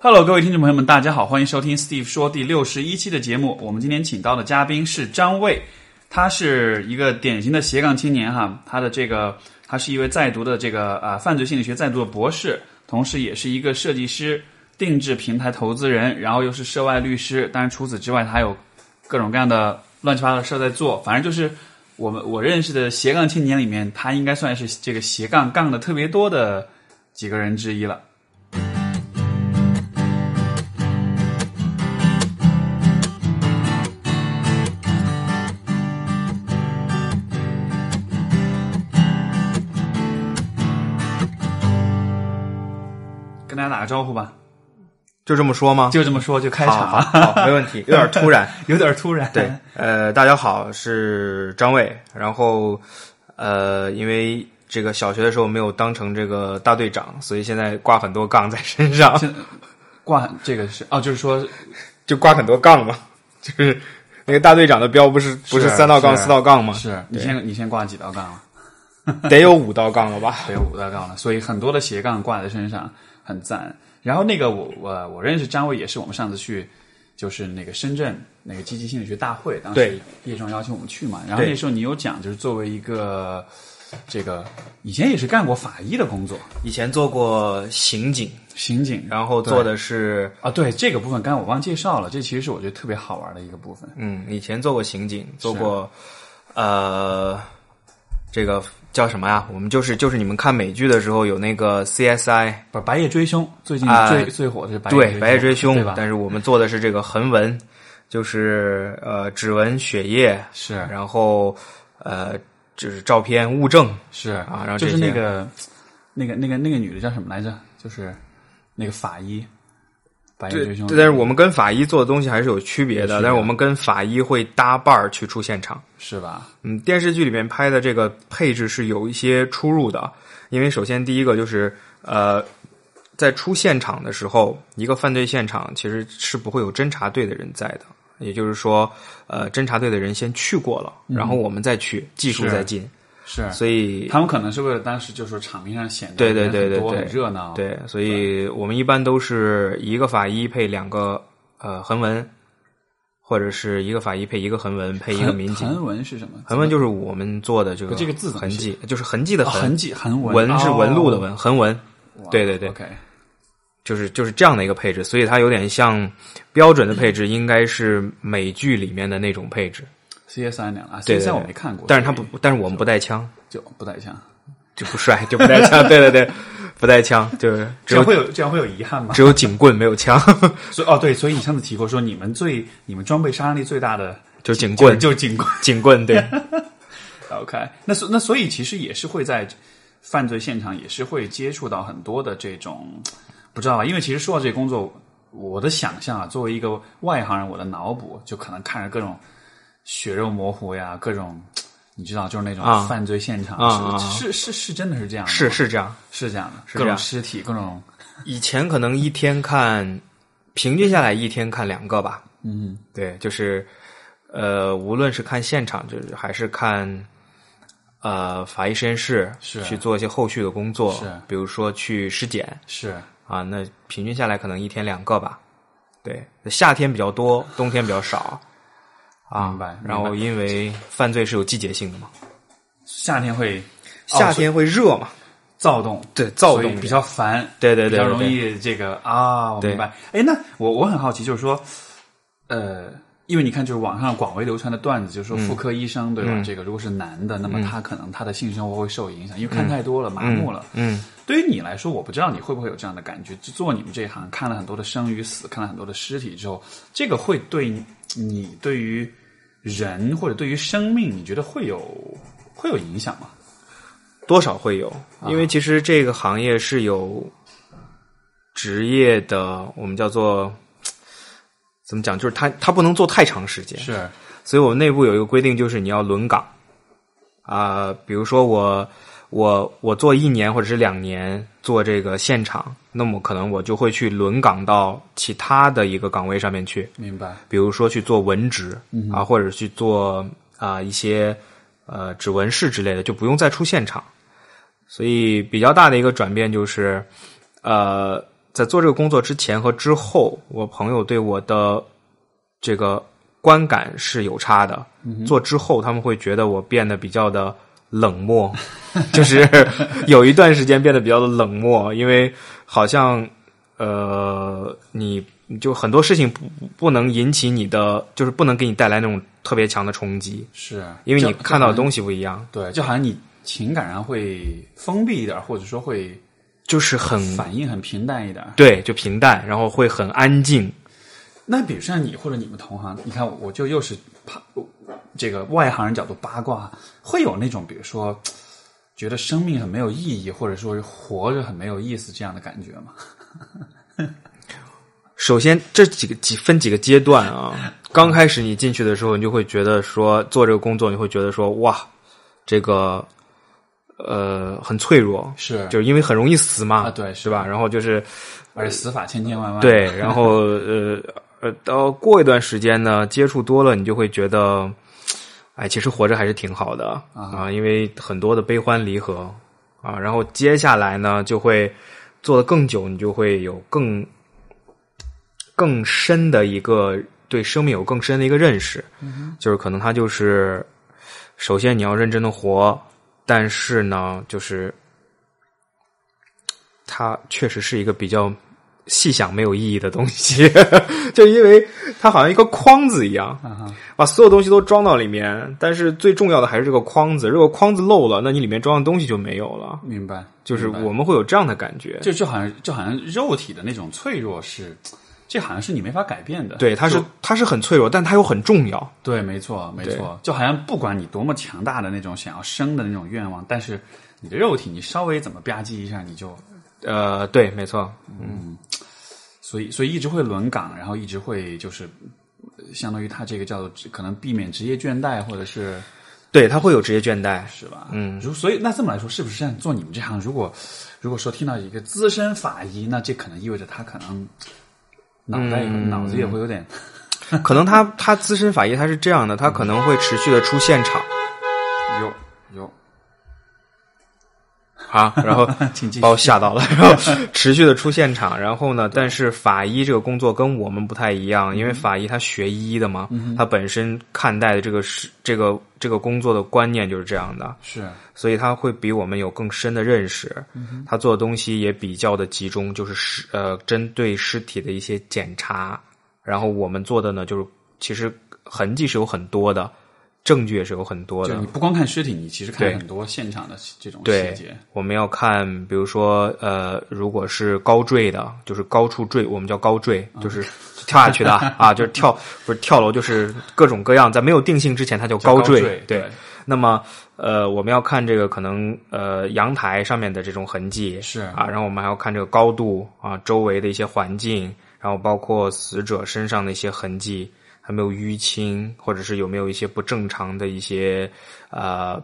Hello，各位听众朋友们，大家好，欢迎收听 Steve 说第六十一期的节目。我们今天请到的嘉宾是张卫，他是一个典型的斜杠青年哈，他的这个他是一位在读的这个啊、犯罪心理学在读的博士，同时也是一个设计师、定制平台投资人，然后又是涉外律师。当然除此之外，他还有各种各样的乱七八糟的事儿在做，反正就是。我们我认识的斜杠青年里面，他应该算是这个斜杠杠的特别多的几个人之一了。跟大家打个招呼吧，就这么说吗？就这么说就开场好吧，好，好没问题，有点突 然。有点突然。对，呃，大家好，是张卫。然后，呃，因为这个小学的时候没有当成这个大队长，所以现在挂很多杠在身 上， 挂这个是哦，就是说就挂很多杠嘛。就是那个大队长的标不是不是是三道杠是四道杠吗？是你先你先挂几道杠了？得有五道杠了吧？北五大杠了，所以很多的斜杠挂在身上，很赞。然后那个我我我认识张伟也是我们上次去，就是那个深圳那个积极心理学大会，当时对叶壮邀请我们去嘛。然后对那时候你有讲，就是作为一个这个以前也是干过法医的工作，以前做过刑警，刑警，然后做的是，啊对这个部分刚才我忘介绍了，这其实是我觉得特别好玩的一个部分。嗯，以前做过刑警，做过，呃，这个叫什么呀？我们就是就是你们看美剧的时候有那个 CSI，不是白夜追凶，最近最、啊最火的是白夜对，追白夜追凶，凶对，吧？但是我们做的是这个横纹，就是呃指纹、血液，是然后呃就是照片、物证，是啊然后就是这些那个那个那个那个女的叫什么来着？就是那个法医，白夜对追凶。，但是我们跟法医做的东西还是有区别有区别的，但是我们跟法医会搭伴儿去出现场。是吧？嗯，电视剧里面拍的这个配置是有一些出入的，因为首先第一个就是呃，在出现场的时候，一个犯罪现场其实是不会有侦查队的人在的，也就是说，呃，侦查队的人先去过了，然后我们再去，技术是再进，是，所以他们可能是为了当时就是说场面上显得对对人很对对多对很热闹，对，所以我们一般都是一个法医配两个呃横纹，或者是一个法医配一个横纹配一个横民警。横纹是什么？横纹就是我们做的这个这个字怎么痕写迹，就是痕迹的哦痕痕，迹痕纹纹是纹路的哦纹，横纹哇对对对，OK，就是就是这样的一个配置，所以它有点像标准的配置，应该是美剧里面的那种配置， CSI 那样啊对对，CSI 对我没看过，但是它所以不，但是我们不带枪，就不太像，就不帅，就不带枪，对对对，不带枪，就是只有会有这样会有遗憾吗？ 只有警棍没有枪， 所以哦对，所以你上次提过说你们最你们装备杀伤力最大的就是警棍，就是警棍。警棍，对 OK，那所那所以其实也是会在犯罪现场也是会接触到很多的这种不知道吧？因为其实说到这个工作，我的想象啊，作为一个外行人，我的脑补就可能看着各种血肉模糊呀，各种你知道，就是那种啊犯罪现场、啊啊啊是是是是真的是这样的吗，是是这样。是这样的，各是啊这种样尸体，各种以前可能一天看，平均下来一天看两个吧，嗯，对，就是呃，无论是看现场，就是还是看呃法医实验室，是去做一些后续的工作，是比如说去尸检是啊，那平均下来可能一天两个吧，对，夏天比较多，冬天比较少啊。明白明白哦然后因为犯罪是有季节性的嘛，夏天会夏天会热嘛，躁动，对，躁所以动比较烦，对对对比较容对易这个啊，我对明白。哎，那我我很好奇，就是说，呃，因为你看，就是网上广为流传的段子，嗯就是说妇科医生、对吧？这个如果是男的，那么他可能他的性生活会受影响，因为看太多了，麻木了。嗯，对于你来说，我不知道你会不会有这样的感觉，就做你们这一行，看了很多的生与死，看了很多的尸体之后，这个会对你你对于人或者对于生命，你觉得会有会有影响吗？多少会有，因为其实这个行业是有职业的，我们叫做怎么讲，就是它它不能做太长时间，是所以我们内部有一个规定，就是你要轮岗啊、比如说我我我做一年或者是两年做这个现场，那么可能我就会去轮岗到其他的一个岗位上面去，明白。比如说去做文职、啊，或者去做啊、一些呃指纹室之类的，就不用再出现场。所以比较大的一个转变就是，呃，在做这个工作之前和之后，我朋友对我的这个观感是有差的。做之后，他们会觉得我变得比较的冷漠，就是有一段时间变得比较的冷漠，因为好像呃，你就很多事情不不能引起你的，就是不能给你带来那种特别强的冲击，是因为你就看到的东西不一样，对，就好像你情感上会封闭一点，或者说会就是很反应很平淡一点。对，就平淡，然后会很安静。那比如像你或者你们同行，你看我就又是怕这个外行人角度八卦，会有那种比如说觉得生命很没有意义，或者说活着很没有意思这样的感觉吗？首先，这几个几分几个阶段啊。刚开始你进去的时候，你就会觉得说做这个工作，你会觉得说哇，这个呃很脆弱，是就是因为很容易死嘛，啊对是是吧？然后就是而且死法千千万万。，对，然后呃呃，到过一段时间呢，接触多了，你就会觉得，哎，其实活着还是挺好的啊、因为很多的悲欢离合啊。然后接下来呢，就会做的更久，你就会有更更深的一个对生命有更深的一个认识，就是可能它就是，首先你要认真的活，但是呢，就是它确实是一个比较细想没有意义的东西， 就因为它好像一个框子一样，啊把所有东西都装到里面，但是最重要的还是这个框子。如果框子漏了，那你里面装的东西就没有了。明白。就是明白我们会有这样的感觉，就就好像就好像肉体的那种脆弱是，这好像是你没法改变的。对，它是就它是很脆弱，但它又很重要。对，没错没对错，就好像不管你多么强大的那种想要生的那种愿望，但是你的肉体你稍微怎么吧唧一下，你就呃，对，没错，所以所以一直会轮岗，然后一直会就是。呃相当于他这个叫做可能避免职业倦怠，或者是对，它会有职业倦怠。是吧？嗯，如所以那这么来说，是不是像做你们这行，如果如果说听到一个资深法医，那这可能意味着他可能脑袋也会、脑子也会有点可能他他资深法医他是这样的，他可能会持续的出现场有 有啊，然后请继续把我吓到了，然后持续的出现场，然后呢，但是法医这个工作跟我们不太一样，因为法医他学医的嘛，他本身看待的这个是这个这个工作的观念就是这样的，是所以他会比我们有更深的认识，他做的东西也比较的集中，就是尸呃针对尸体的一些检查，然后我们做的呢就是其实痕迹是有很多的，证据也是有很多就的你，不光看尸体，你其实看对很多现场的这种细对节。，我们要看比如说呃如果是高坠的，就是高处坠，我们叫高坠，就是跳下去的啊，就是跳不是跳楼，就是各种各样，在没有定性之前它叫高高坠，对，那么，呃，我们要看这个可能呃阳台上面的这种痕迹是啊，然后我们还要看这个高度啊，周围的一些环境，然后包括死者身上的一些痕迹，还没有淤青，或者是有没有一些不正常的一些呃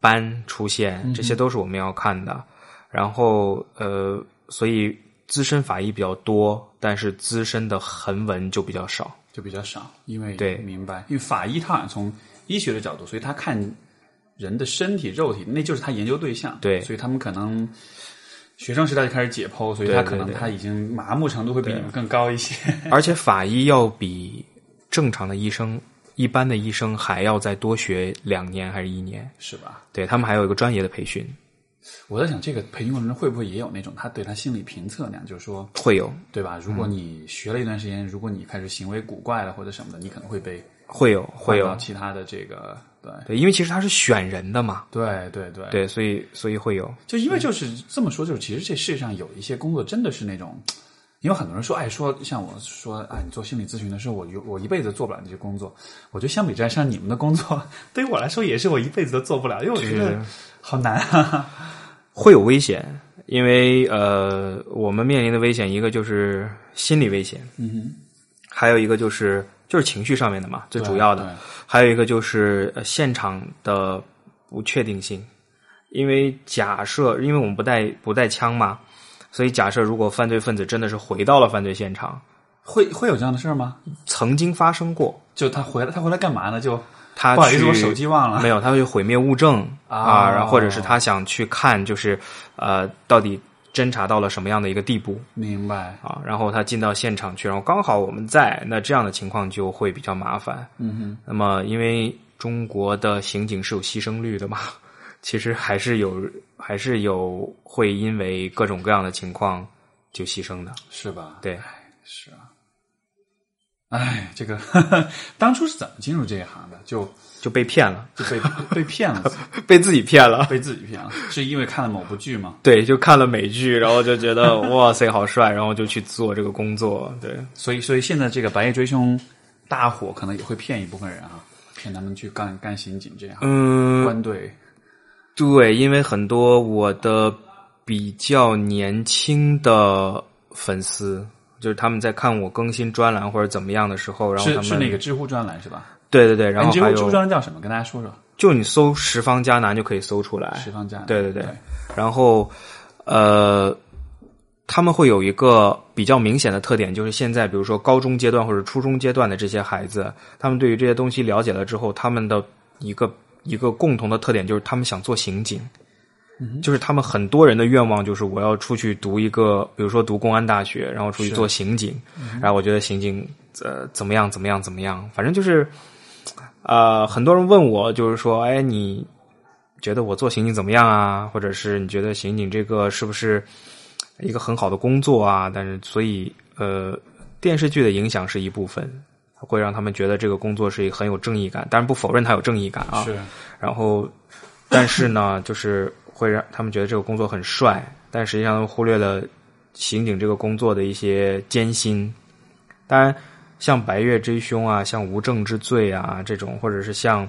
斑出现，这些都是我们要看的。然后呃，所以资深法医比较多，但是资深的痕纹就比较少。就比较少，因为对明白，因为法医他好像从医学的角度，所以他看人的身体、肉体，那就是他研究对象。对所以他们可能学生时代就开始解剖，所以对他对可能对他已经麻木程度会比你们更高一些。 而且法医要比正常的医生、一般的医生还要再多学两年还是一年，是吧？对他们还有一个专业的培训，我在想，这个培训过程中会不会也有那种他对他心理评测那样，就是说，会有对吧？如果嗯你学了一段时间，如果你开始行为古怪了或者什么的，你可能会被会有会换有到，其他的这个对对，因为其实他是选人的嘛，对对对，对，所以所以会有，就因为就是这么说，就是其实这世界上有一些工作真的是那种，因为很多人说，哎，说像我说，哎，你做心理咨询的时候，我有我一辈子做不了这些工作。我觉得相比之下，像你们的工作，对于我来说也是我一辈子都做不了，因为我觉得好难 啊。会有危险，因为呃，我们面临的危险一个就是心理危险，嗯，还有一个就是就是情绪上面的嘛，最主要的，对还有一个就是呃现场的不确定性，因为假设因为我们不带不带枪嘛，所以假设如果犯罪分子真的是回到了犯罪现场，会会有这样的事儿吗？曾经发生过，就他回来，他回来干嘛呢？就他不好意思，去啊我手机忘了。没有，他会毁灭物证哦啊，然后或者是他想去看就是呃到底侦查到了什么样的一个地步明白。啊，然后他进到现场去，然后刚好我们在，那这样的情况就会比较麻烦。嗯哼，那么因为中国的刑警是有牺牲率的嘛， 其实还是有还是有会因为各种各样的情况就牺牲的。是吧？对，是啊。哎，这个 当初是怎么进入这一行的？就就被骗了， 就被被骗了，被自己骗了。 被自己 骗了，是因为看了某部剧吗？对，就看了美剧，然后就觉得哇塞好帅，然后就去做这个工作。对，所以，所以现在这个《白夜追凶》大火，可能也会骗一部分人啊，骗他们去干干刑警这样，嗯，关队对，因为很多我的比较年轻的粉丝，就是他们在看我更新专栏或者怎么样的时候，然后他是们是那个知乎专栏是吧？哎对对对，然后你知还乎知乎有专栏叫什么？跟大家说说。就你搜十方迦南就可以搜出来，十方家。对对对哎对，然后呃，他们会有一个比较明显的特点，就是现在比如说高中阶段或者初中阶段的这些孩子，他们对于这些东西了解了之后，他们的一个一个共同的特点就是他们想做刑警。就是他们很多人的愿望就是我要出去读一个，比如说读公安大学，然后出去做刑警，然后我觉得刑警呃怎么样怎么样怎么样，反正就是呃很多人问我就是说，哎你觉得我做刑警怎么样啊？或者是你觉得刑警这个是不是一个很好的工作啊？但是所以呃，电视剧的影响是一部分，会让他们觉得这个工作是一个很有正义感。当然不否认它有正义感啊，是然后，但是呢，就是会让他们觉得这个工作很帅，但实际上忽略了刑警这个工作的一些艰辛。当然，像《白月追凶》啊，像《无证之罪啊》这种，或者是像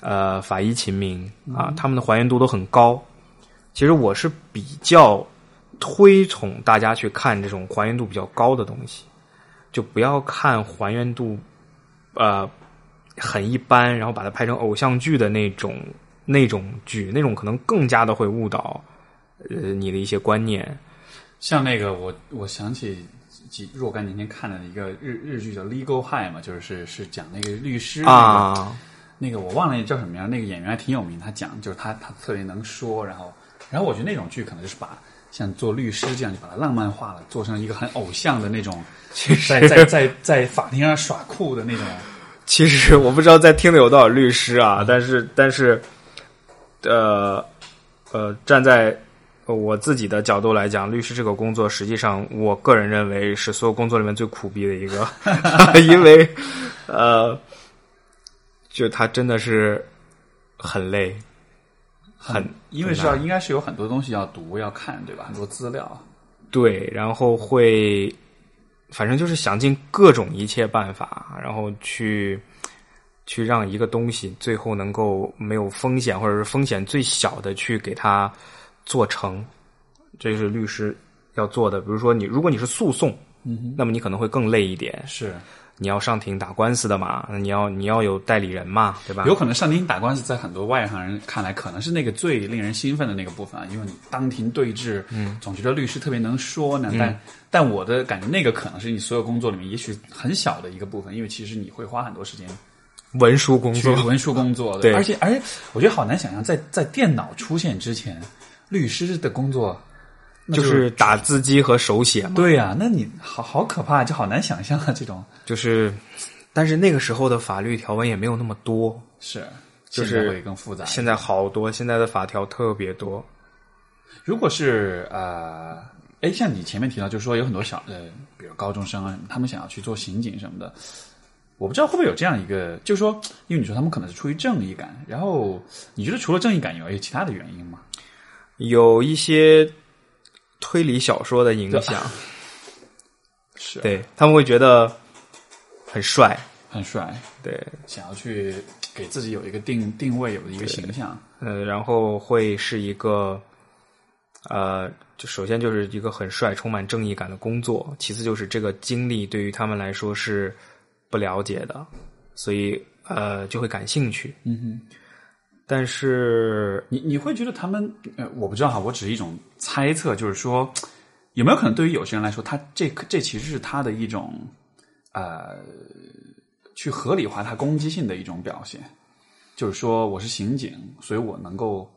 呃《法医秦明》啊，他们的还原度都很高。其实我是比较推崇大家去看这种还原度比较高的东西，就不要看还原度呃很一般，然后把它拍成偶像剧的那种那种剧，那种可能更加的会误导呃你的一些观念。像那个我我想起几若干年前看的一个日日剧叫《Legal High》嘛，就是是是讲那个律师那个啊，那个我忘了叫什么名儿，那个演员还挺有名，他讲就是他他特别能说，然后然后我觉得那种剧可能就是把像做律师这样就把它浪漫化了，做成一个很偶像的那种， 在在在在法庭上耍酷的那种。其实我不知道在听的有多少律师啊，但是但是，呃呃，站在我自己的角度来讲，律师这个工作，实际上我个人认为是所有工作里面最苦逼的一个， 因为呃，就他真的是很累，很因为是要应该是有很多东西要读要看，对吧？很多资料。对，然后会，反正就是想尽各种一切办法，然后去去让一个东西最后能够没有风险，或者是风险最小的去给它做成，这就是律师要做的。比如说你，如果你是诉讼，嗯那么你可能会更累一点，是你要上庭打官司的嘛，那你要你要有代理人嘛，对吧？有可能上庭打官司，在很多外行人看来，可能是那个最令人兴奋的那个部分啊，因为你当庭对峙，嗯，总觉得律师特别能说呢。嗯但但我的感觉，那个可能是你所有工作里面也许很小的一个部分，因为其实你会花很多时间文书工去作， 文书工作的。对而且而且，我觉得好难想象，在在电脑出现之前，律师的工作那就是打字机和手写嘛。对呀、那你好好可怕，就好难想象啊，这种就是，但是那个时候的法律条文也没有那么多，是。就现在是会更复杂一点。现在好多，现在的法条特别多。如果是呃，哎，像你前面提到，就是说有很多小呃，比如高中生啊什么，他们想要去做刑警什么的，我不知道会不会有这样一个，就是说，因为你说他们可能是出于正义感，然后你觉得除了正义感以外，有其他的原因吗？有一些推理小说的影响， 是对他们会觉得很帅，很帅，对，想要去给自己有一个定定位，有一个形象，呃，然后会是一个，呃，就首先就是一个很帅、充满正义感的工作，其次就是这个经历对于他们来说是不了解的，所以呃就会感兴趣。嗯哼。但是你你会觉得他们呃，我不知道哈，我只是一种猜测，就是说，有没有可能对于有些人来说，他这这其实是他的一种呃，去合理化他攻击性的一种表现，就是说我是刑警，所以我能够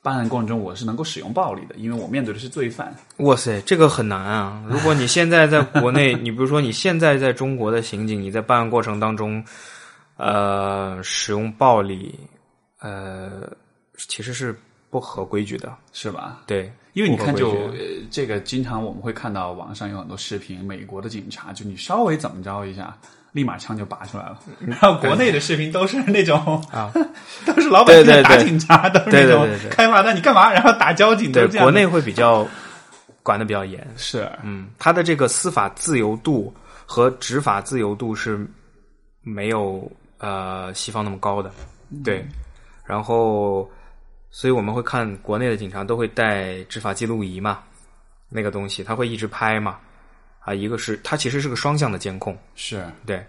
办案过程中我是能够使用暴力的，因为我面对的是罪犯。哇塞，这个很难啊！如果你现在在 国内，你比如说你现在在中国的刑警，你在办案过程当中，呃，使用暴力，呃，其实是不合规矩的。是吧？对，因为你看就，不合规矩呃这个，经常我们会看到网上有很多视频，美国的警察就你稍微怎么着一下，立马枪就拔出来了。然后国内的视频都是那种嗯啊，都是老百姓对在对打对警察，都是对那对种对对开罚单，你干嘛？然后打交警，都对是，这样国的。内会比较管的比较严。是嗯，他的这个司法自由度和执法自由度是没有呃西方那么高的，嗯对。然后，所以我们会看国内的警察都会带执法记录仪嘛，那个东西他会一直拍嘛，啊，一个是它其实是个双向的监控，是对。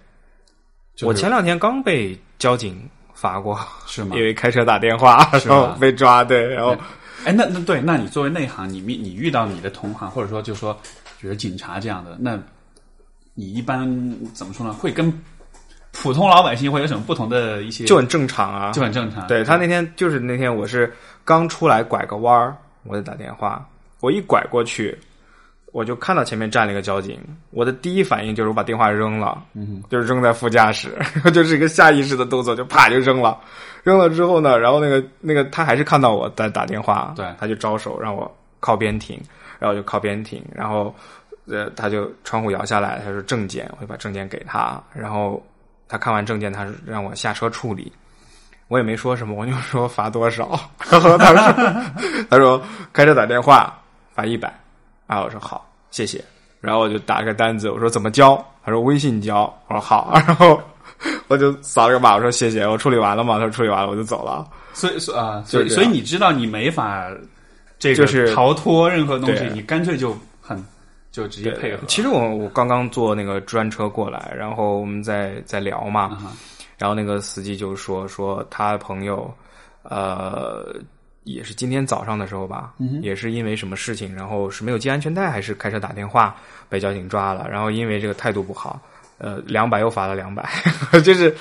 就是我前两天刚被交警罚过，是吗 因？为开车打电话，然嗯是吗后 被抓，对，然后哎，那那对，那你作为内行，你面你遇到你的同行，或者说就说，比如警察这样的，那你一般怎么说呢？会跟普通老百姓会有什么不同的一些？就很正常啊，就很正常。对他那天就是那天，我是刚出来拐个弯儿，我就打电话，我一拐过去，我就看到前面站了一个交警，我的第一反应就是我把电话扔了，嗯，就是扔在副驾驶， 就是一个下意识的动作，就啪就扔了，扔了之后呢，然后那个那个他还是看到我在打电话，对他就招手让我靠边停，然后我就靠边停，然后呃他就窗户摇下来，他说证件，我就把证件给他，然后他看完证件，他让我下车处理。我也没说什么，我就说罚多少， 然后 他说他说开车打电话罚一百，啊，我说好，谢谢，然后我就打个单子，我说怎么交，他说微信交，我说好， 然后我就扫了个码，我说谢谢，我处理完了吗？他说处理完了，我就走了。所以所以啊，所以就是这所以样你知道你没法这就个是逃脱任何东西，对你干脆就很就直接配合。其实我我刚刚坐那个专车过来，然后我们在在聊嘛，啊哈然后那个司机就说说他朋友，呃，也是今天早上的时候吧，嗯也是因为什么事情，然后是没有系安全带，还是开车打电话被交警抓了，然后因为这个态度不好，呃，两百又罚了两百， 就是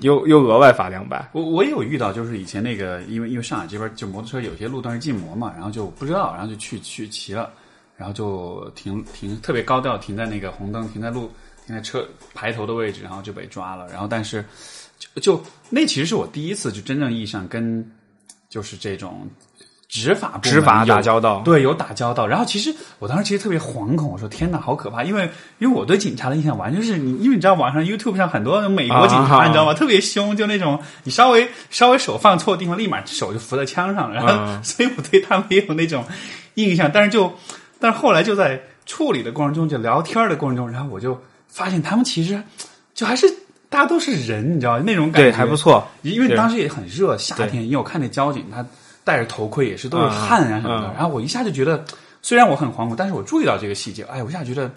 又又额外罚两百，我我也有遇到，就是以前那个，因为因为上海这边就摩托车有些路段是禁摩嘛，然后就不知道，然后就去去骑了，然后就停停特别高调，停在那个红灯，停在路停在车排头的位置，然后就被抓了。然后但是就就那其实是我第一次就真正意义上跟就是这种执法部门执法有打交道，对，有打交道。然后其实我当时其实特别惶恐，我说天哪，好可怕！因为因为我对警察的印象完全是你，因为你知道网上 YouTube 上很多美国警察，啊你知道吗？特别凶，就那种你稍微稍微手放错地方，立马手就扶在枪上。然后、嗯所以我对他们也有那种印象，但是就但是后来就在处理的过程中，就聊天的过程中，然后我就发现他们其实就还是大家都是人，你知道吗那种感觉对，还不错，因为对当时也很热，夏对天，因为我看那交警他戴着头盔也是都是嗯汗啊什么的，嗯然后我一下就觉得，虽然我很惶恐，但是我注意到这个细节，哎，我一下觉得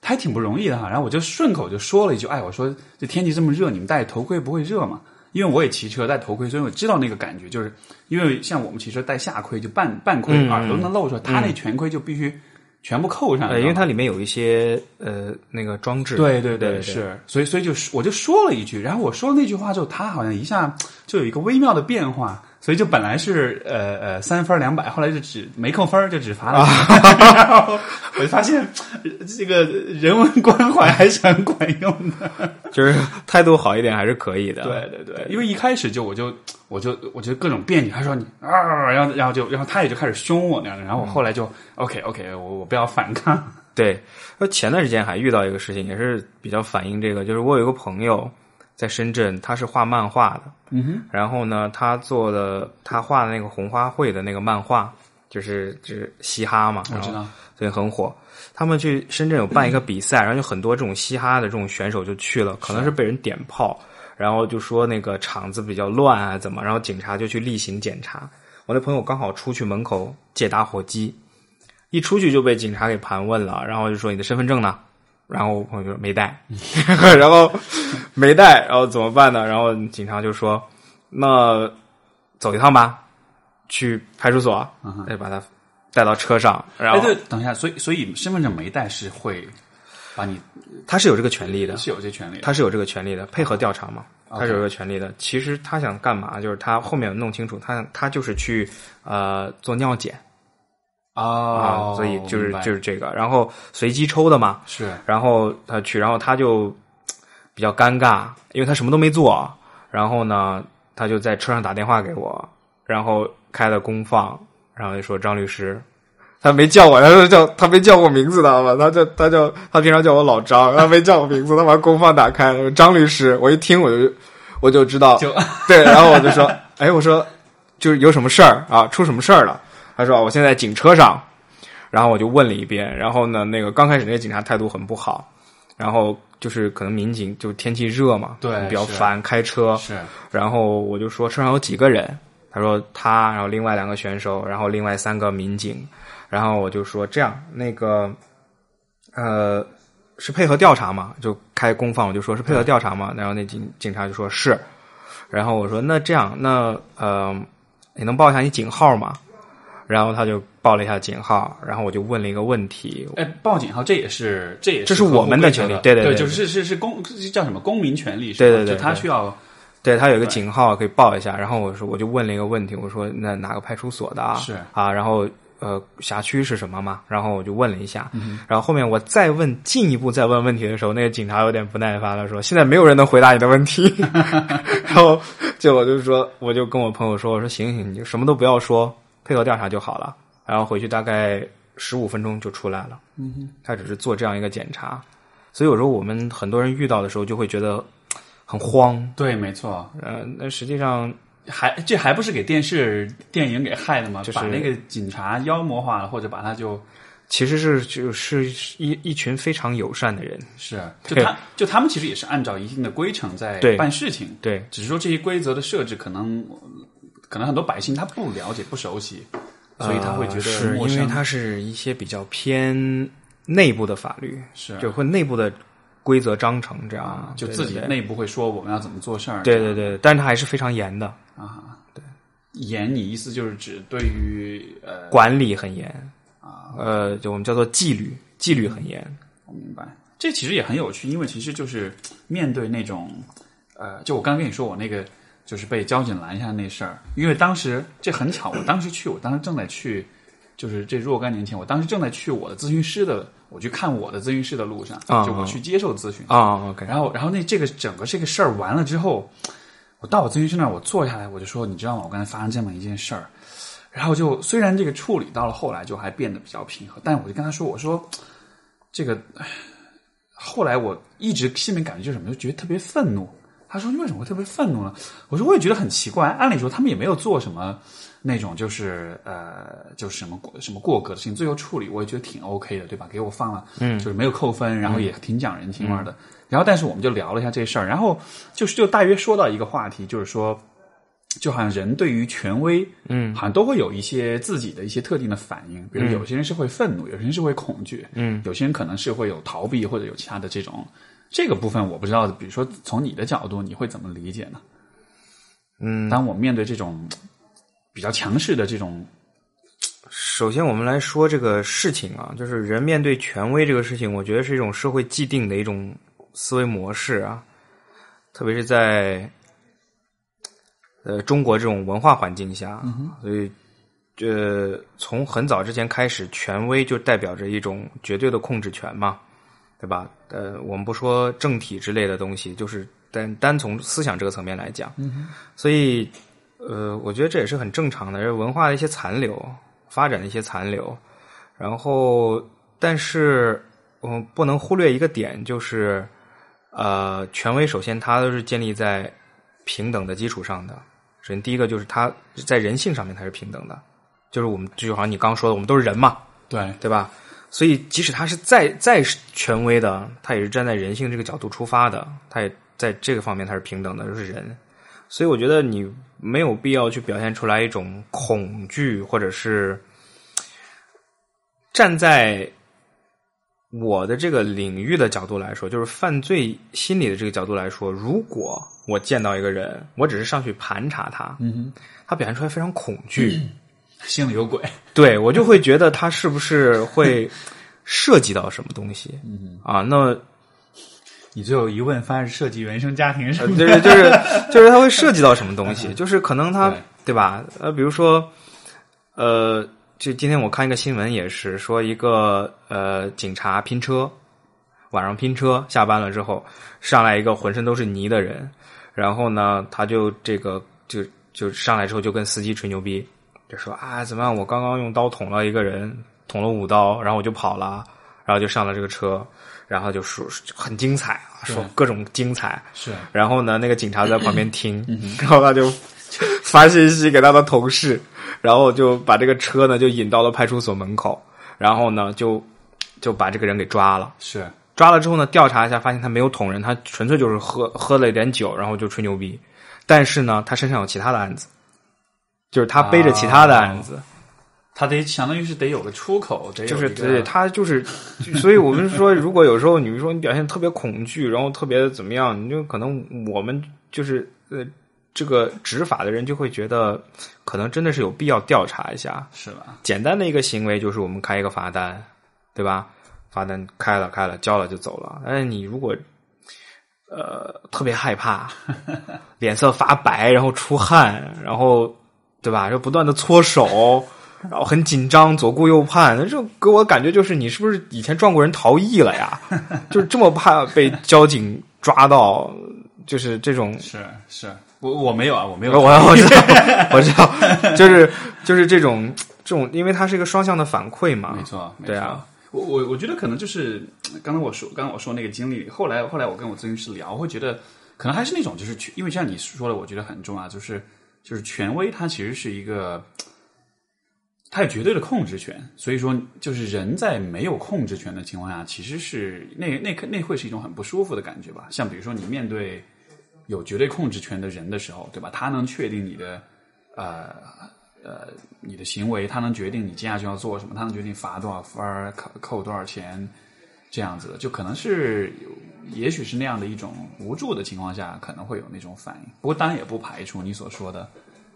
他还挺不容易的哈，然后我就顺口就说了一句，哎，我说这天气这么热，你们戴头盔不会热吗？因为我也骑车戴头盔，所以我知道那个感觉，就是因为像我们骑车戴下盔就半半盔，嗯耳朵能露出来，他那全盔就必须全部扣上，呃，你知道吗因为它里面有一些呃那个装置，嗯对对对，是，所以所以就是我就说了一句，然后我说那句话之后，他好像一下就有一个微妙的变化，所以就本来是呃呃三分两百，后来就只没扣分儿，就只罚了几 分儿，然后我就发现呃这个人文关怀还是很管用的。就是 态度好一点还是可以的，对对对，因为一开始就我就我就我就各种辩解，他说你啊，然后然后就然后他也就开始凶我那样的，然后我后来就、OK OK，我我不要反抗，对，呃，前段时间还遇到一个事情，也是比较反映这个，就是我有一个朋友在深圳，他是画漫画的，嗯哼，然后呢，他做的他画的那个红花会的那个漫画，就是就是嘻哈嘛，我然知后道，所以很火。他们去深圳有办一个比赛，然后有很多这种嘻哈的这种选手就去了，可能是被人点炮，然后就说那个场子比较乱啊，怎么？然后警察就去例行检查。我那朋友刚好出去门口借打火机，一出去就被警察给盘问了，然后就说你的身份证呢？然后我朋友就没 带，然后没带，然后怎么办呢？然后警察就说那走一趟吧，去派出所，再把他带到车上，然后嗯哎，对，等一下，所以所以身份证没带是会把你他是有这个权利的，是有这权利的。哦他是有这个权利的，配合调查嘛。他是有这个权利的。其实他想干嘛？就是他后面弄清楚，他他就是去呃做尿检啊哦，所以就是明白就是这个，然后随机抽的嘛，是然后他去，然后他就嘖比较尴尬，因为他什么都没做，啊然后呢，他就在车上打电话给我，然后开了公放，然后就说张律师。他没叫我，他说叫他没叫我名字，知道吗？他叫他叫他平常叫我老张，他没叫我名字，他把公放打开，他说张律师，我一听我就我就知道，就 对，然后我就说，哎，我说就是有什么事儿啊，出什么事儿了？他说啊我现在在警车上，然后我就问了一遍，然后呢，那个刚开始那个警察态度很不好，然后就是可能民警就天气热嘛，对比较是烦开车，是然后我就说车上有几个人，他说他，然后另外两个选手，然后另外三个民警，然后我就说这样，那个，呃，是配合调查嘛？就开公放，我就说是配合调查嘛。然后那警警察就说是，然后我说那这样，那呃，你能报一下你警号吗？然后他就报了一下警号，然后我就问了一个问题，哎，报警哈，这也是这也这是是合乎我们的规则权利的对对对对就对是是是公这叫什么公民权利是吧？对对对就他对需要对他有一个警号可以报一下。然后我说我就问了一个问题，我说那哪个派出所的啊？是啊，然后呃辖区是什么嘛？然后我就问了一下，然后后面我再问进一步再问问题的时候，那个警察有点不耐烦了，说现在没有人能回答你的问 题。然后就我就说我就跟我朋友说，我说行行，你就什么都不要说，配合调查就好了。然后回去大概十五分钟就出来了。嗯，他只是做这样一个检查。所以有时候我们很多人遇到的时候，就会觉得很慌，对，没错，呃，那实际上还这还不是给电视电影给害的吗？就是把那个警察妖魔化了，或者把他就其实是就是一一群非常友善的人，是就他就他们其实也是按照一定的规程在对办事情，对只是说这些规则的设置可能可能很多百姓他不了解不熟悉，所以他会觉得呃是陌因为生。它是一些比较偏内部的法律，是啊就会内部的规则章程这样，就对自己对内部会说我们要怎么做事儿，对对对，但是它还是非常严的，严，你意思就是指对于呃，管理很严啊，呃，就我们叫做纪律，纪律很严，我明白，这其实也很有趣，因为其实就是面对那种呃，就我刚跟你说我那个就是被交警拦下那事儿，因为当时这很巧，我当时去，我当时正在去，就是这若干年前，我当时正在去我的咨询师的，我去看我的咨询师的路上，啊就我去接受咨询，啊，OK，然后，然后那这个整个这个事儿完了之后，我到我咨询师那儿，我坐下来，我就说，你知道吗？我刚才发生这么一件事儿，然后就虽然这个处理到了后来就还变得比较平和，但我就跟他说，我说这个唉后来我一直心里面感觉就是什么，就觉得特别愤怒。他说：“你为什么会特别愤怒呢？”我说：“我也觉得很奇怪。按理说他们也没有做什么那种就是呃就是什么过什么过格的事情，最后处理我也觉得挺 OK 的，对吧？给我放了，嗯，就是没有扣分，然后也挺讲人情味儿的。然后但是我们就聊了一下这事儿，然后就是就大约说到一个话题，就是说。”就好像人对于权威，嗯，好像都会有一些自己的一些特定的反应，比如有些人是会愤怒，有些人是会恐惧，嗯，有些人可能是会有逃避或者有其他的这种这个部分，我不知道，比如说从你的角度，你会怎么理解呢？嗯，当我面对这种比较强势的这种，首先，我们来说这个事情啊，就是人面对权威这个事情，我觉得是一种社会既定的一种思维模式啊，特别是在呃中国这种文化环境下，所以呃从很早之前开始，权威就代表着一种绝对的控制权嘛，对吧？呃，我们不说政体之类的东西，就是单单从思想这个层面来讲，所以呃，我觉得这也是很正常的，是文化的一些残留，发展的一些残留。然后，但是我们不能忽略一个点，就是呃，权威首先它都是建立在平等的基础上的。首先，第一个就是它在人性上面它是平等的，就是我们就好像你刚说的，我们都是人嘛，对对吧？所以，即使他是再再权威的，他也是站在人性这个角度出发的，他也在这个方面他是平等的，就是人。所以，我觉得你没有必要去表现出来一种恐惧，或者是站在我的这个领域的角度来说，就是犯罪心理的这个角度来说，如果我见到一个人，我只是上去盘查他，嗯，他表现出来非常恐惧。心里有鬼，对我就会觉得他是不是会涉及到什么东西？啊，那你最后一问，发现是涉及原生家庭是呃，吧？就是就是就是它会涉及到什么东西，就是可能它对对吧？呃，比如说，呃，就今天我看一个新闻，也是说一个呃警察拼车，晚上拼车，下班了之后上来一个浑身都是泥的人，然后呢，他就这个就就上来之后就跟司机吹牛逼，就说啊怎么样，我刚刚用刀捅了一个人，捅了五刀，然后我就跑了，然后就上了这个车。然后就说很精彩啊，说各种精彩，是然后呢，那个警察在旁边听，然后他就 发信息给他的同事，然后就把这个车呢就引到了派出所门口，然后呢就就把这个人给抓了。是，抓了之后呢，调查一下，发现他没有捅人，他纯粹就是喝喝了一点酒，然后就吹牛逼。但是呢，他身上有其他的案子，就是他背着其他啊的案子，他得相当于是得有个出口，得有就是一个对他就是，就所以我们说，如果有时候你说你表现特别恐惧，然后特别怎么样，你就可能我们就是呃，这个执法的人就会觉得，可能真的是有必要调查一下。是吧？简单的一个行为就是我们开一个罚单，对吧？罚单开了开了，交了就走了。但是你如果呃特别害怕，脸色发白，然后出汗，然后对吧？就不断的搓手，然后很紧张，左顾右盼，那就给我感觉就是你是不是以前撞过人逃逸了呀？就是这么怕被交警抓到，就是这种是是，我我没有啊，我没有， 我我知道，我知道，就是就是这种这种，因为它是一个双向的反馈嘛没。错，没错对啊。我我我觉得可能就是呃刚才我说刚才我说那个经历，后来后来我跟我咨询师聊，会觉得可能还是那种就是去因为像你说的，我觉得很重要，就是就是权威它其实是一个，它有绝对的控制权，所以说就是人在没有控制权的情况下，其实是那那那会是一种很不舒服的感觉吧。像比如说你面对有绝对控制权的人的时候，对吧？他能确定你的呃呃你的行为，他能决定你接下去要做什么，他能决定罚多少分儿，扣扣多少钱，这样子的，就可能是，也许是那样的一种无助的情况下，可能会有那种反应。不过当然也不排除你所说的，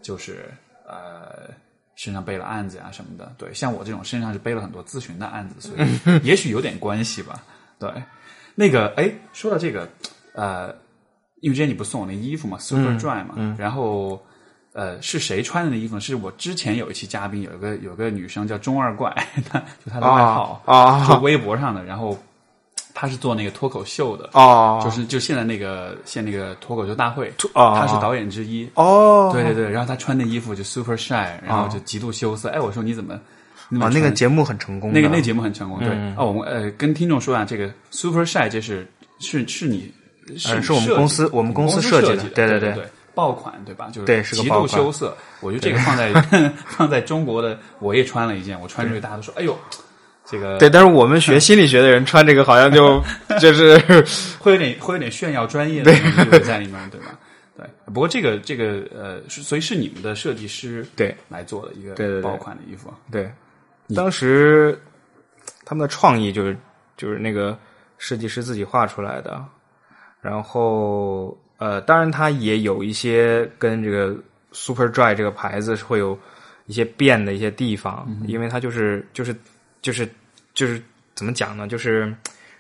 就是呃身上背了案子呀、啊什么的。对，像我这种身上是背了很多咨询的案子，所以也许有点关系吧。对，那个哎，说到这个，呃，因为之前你不送我那衣服嘛，Super Dry 嘛，然后。呃，是谁穿的那衣服呢？是我之前有一期嘉宾，有一个有个女生叫中二怪， 她就她的外号啊啊就微博上的，然后他是做那个脱口秀的，哦，就是就现在那个现在那个脱口秀大会，哦他是导演之一。哦，对对对，然后他穿的衣服就 super shy，然后就极度羞涩。哎，我说你怎么？你怎么啊，那嗯个穿节目很成功那的，个那节目很成功，对。哦，我们呃跟听众说啊，这个 super shy 这是是是你是呃你是我设们计公司的我们公司设设计的的，对对对对对爆款对吧？就是对是个极爆度款羞涩。我觉得这个放在 放在中国的，我也穿了一件，我穿出去大家都说，哎呦，这个对，但是我们学心理学的人穿这个好像 就就是会有点会有点炫耀专业的意味在里面，对吧？对，不过这个这个呃，是所以是你们的设计师对来做的一对个对对爆款的衣服，啊对，当时他们的创意就是就是那个设计师自己画出来的，然后呃，当然它也有一些跟这个 Super Dry 这个牌子是会有一些变的一些地方，因为它就是就是就是就是怎么讲呢，就是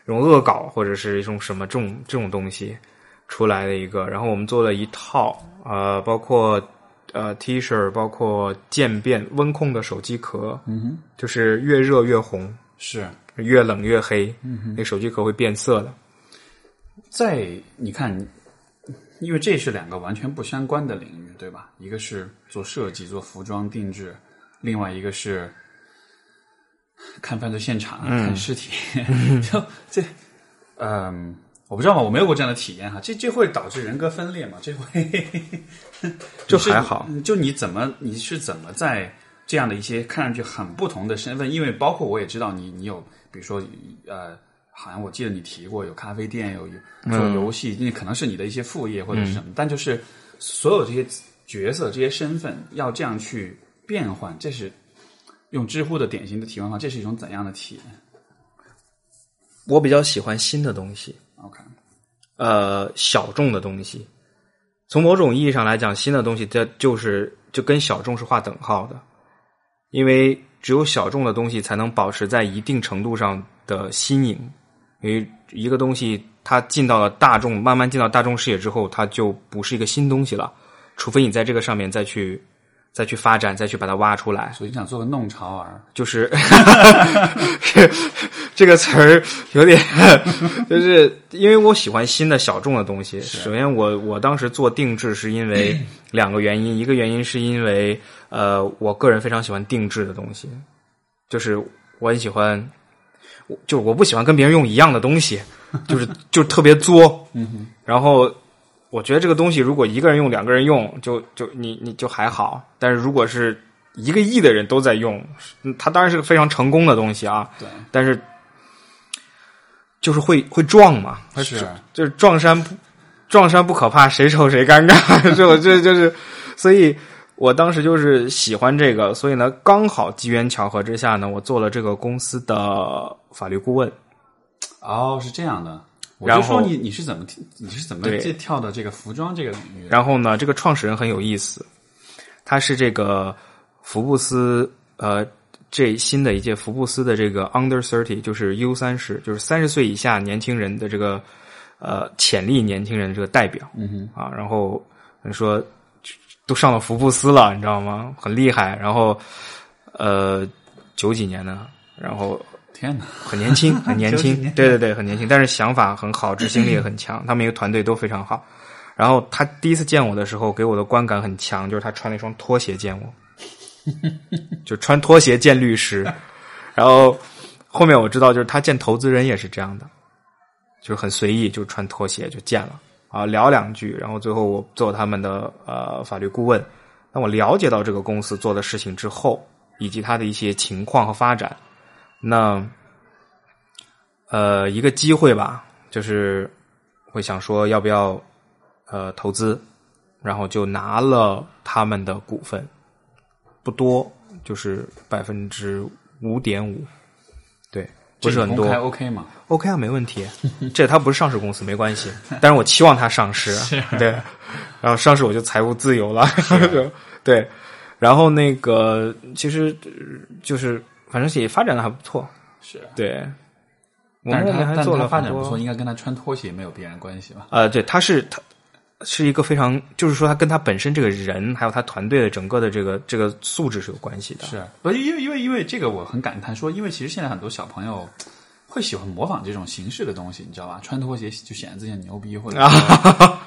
这种恶搞或者是一种什么这种这种东西出来的一个，然后我们做了一套呃，包括。呃，T 恤包括渐变温控的手机壳，嗯哼，就是越热越红，是越冷越黑，嗯哼，那个手机壳会变色的。在你看，因为这是两个完全不相关的领域，对吧？一个是做设计、做服装定制，另外一个是看犯罪现场、嗯看尸体， 就这，嗯。我不知道嘛，我没有过这样的体验哈，这这会导致人格分裂嘛？这会 就是还好，嗯就你怎么你是怎么在这样的一些看上去很不同的身份，因为包括我也知道你，你有比如说呃，好像我记得你提过有咖啡店，有有嗯做游戏，那、可能是你的一些副业或者是什么，但就是所有这些角色、这些身份要这样去变换，这是用知乎的典型的提问方，这是一种怎样的体验我比较喜欢新的东西， ？OK，呃，小众的东西。从某种意义上来讲，新的东西它就是就跟小众是划等号的，因为只有小众的东西才能保持在一定程度上的新颖，因为一个东西它进到了大众，慢慢进到大众视野之后，它就不是一个新东西了，除非你在这个上面再去再去发展，再去把它挖出来。所以你想做个弄潮儿，就是 这个词儿有点，就是因为我喜欢新的小众的东西。首先我，我当时做定制是因为两个原因，一个原因是因为呃，我个人非常喜欢定制的东西，就是我很喜欢，我就是我不喜欢跟别人用一样的东 西，就是就是特别作。嗯然后我觉得这个东西如果一个人用，两个人用，就就你你就还好，但是如果是一个亿的人都在用，嗯它当然是个非常成功的东西啊。对，但是就是会会撞嘛，它是就是撞衫不撞衫不可怕，谁丑谁尴尬。 这我这就是，所以我当时就是喜欢这个，所以呢，刚好机缘巧合之下呢，我做了这个公司的法律顾问。哦，是这样的。我然就后说你你是怎么你是怎么对这跳到这个服装这个领域的？然后呢，这个创始人很有意思，他是这个福布斯呃这新的一届福布斯的这个 Under Thirty，就是 U 三十，就是三十岁以下年轻人的这个呃潜力年轻人的这个代表。嗯哼啊，然后你说都上了福布斯了，你知道吗？很厉害。然后呃九几年呢，然后天哪，很 年轻，很年九几轻年，对对对，很年轻，但是想法 很好，执行力也很强，他们一个团队都非常好。然后他第一次见我的时候，给我的观感很强，就是他穿了一双拖鞋见 我，就穿拖鞋见律师。然后后面我知道，就是他见投资人也是这样的，就是很随意，就穿拖鞋就见了啊，聊两句，然后最后我做他们的呃法律顾问。当我了解到这个公司做的事情之后，以及它的一些情况和发展，那呃一个机会吧，就是会想说要不要呃投资，然后就拿了他们的股份，不多，就是百分之五点五，对，不是这个很多公开。OK 吗？ OK 啊，没问题。这它不是上市公司，没关系。但是我期望它上市，啊对。然后上市我就财务自由了，就 对。然后那个其实呃就是反正也发展的还不错，是，对。我但们是他那边还但是做他了发很展不多错，应该跟他穿拖鞋没有必然关系吧？呃，对，他是他是一个非常，就是说他跟他本身这个人，还有他团队的整个的这个这个素质是有关系的。是，不，因为因为因为这个我很感叹说，因为其实现在很多小朋友会喜欢模仿这种形式的东西，你知道吧？穿拖鞋就显得自己很牛逼， 或者说，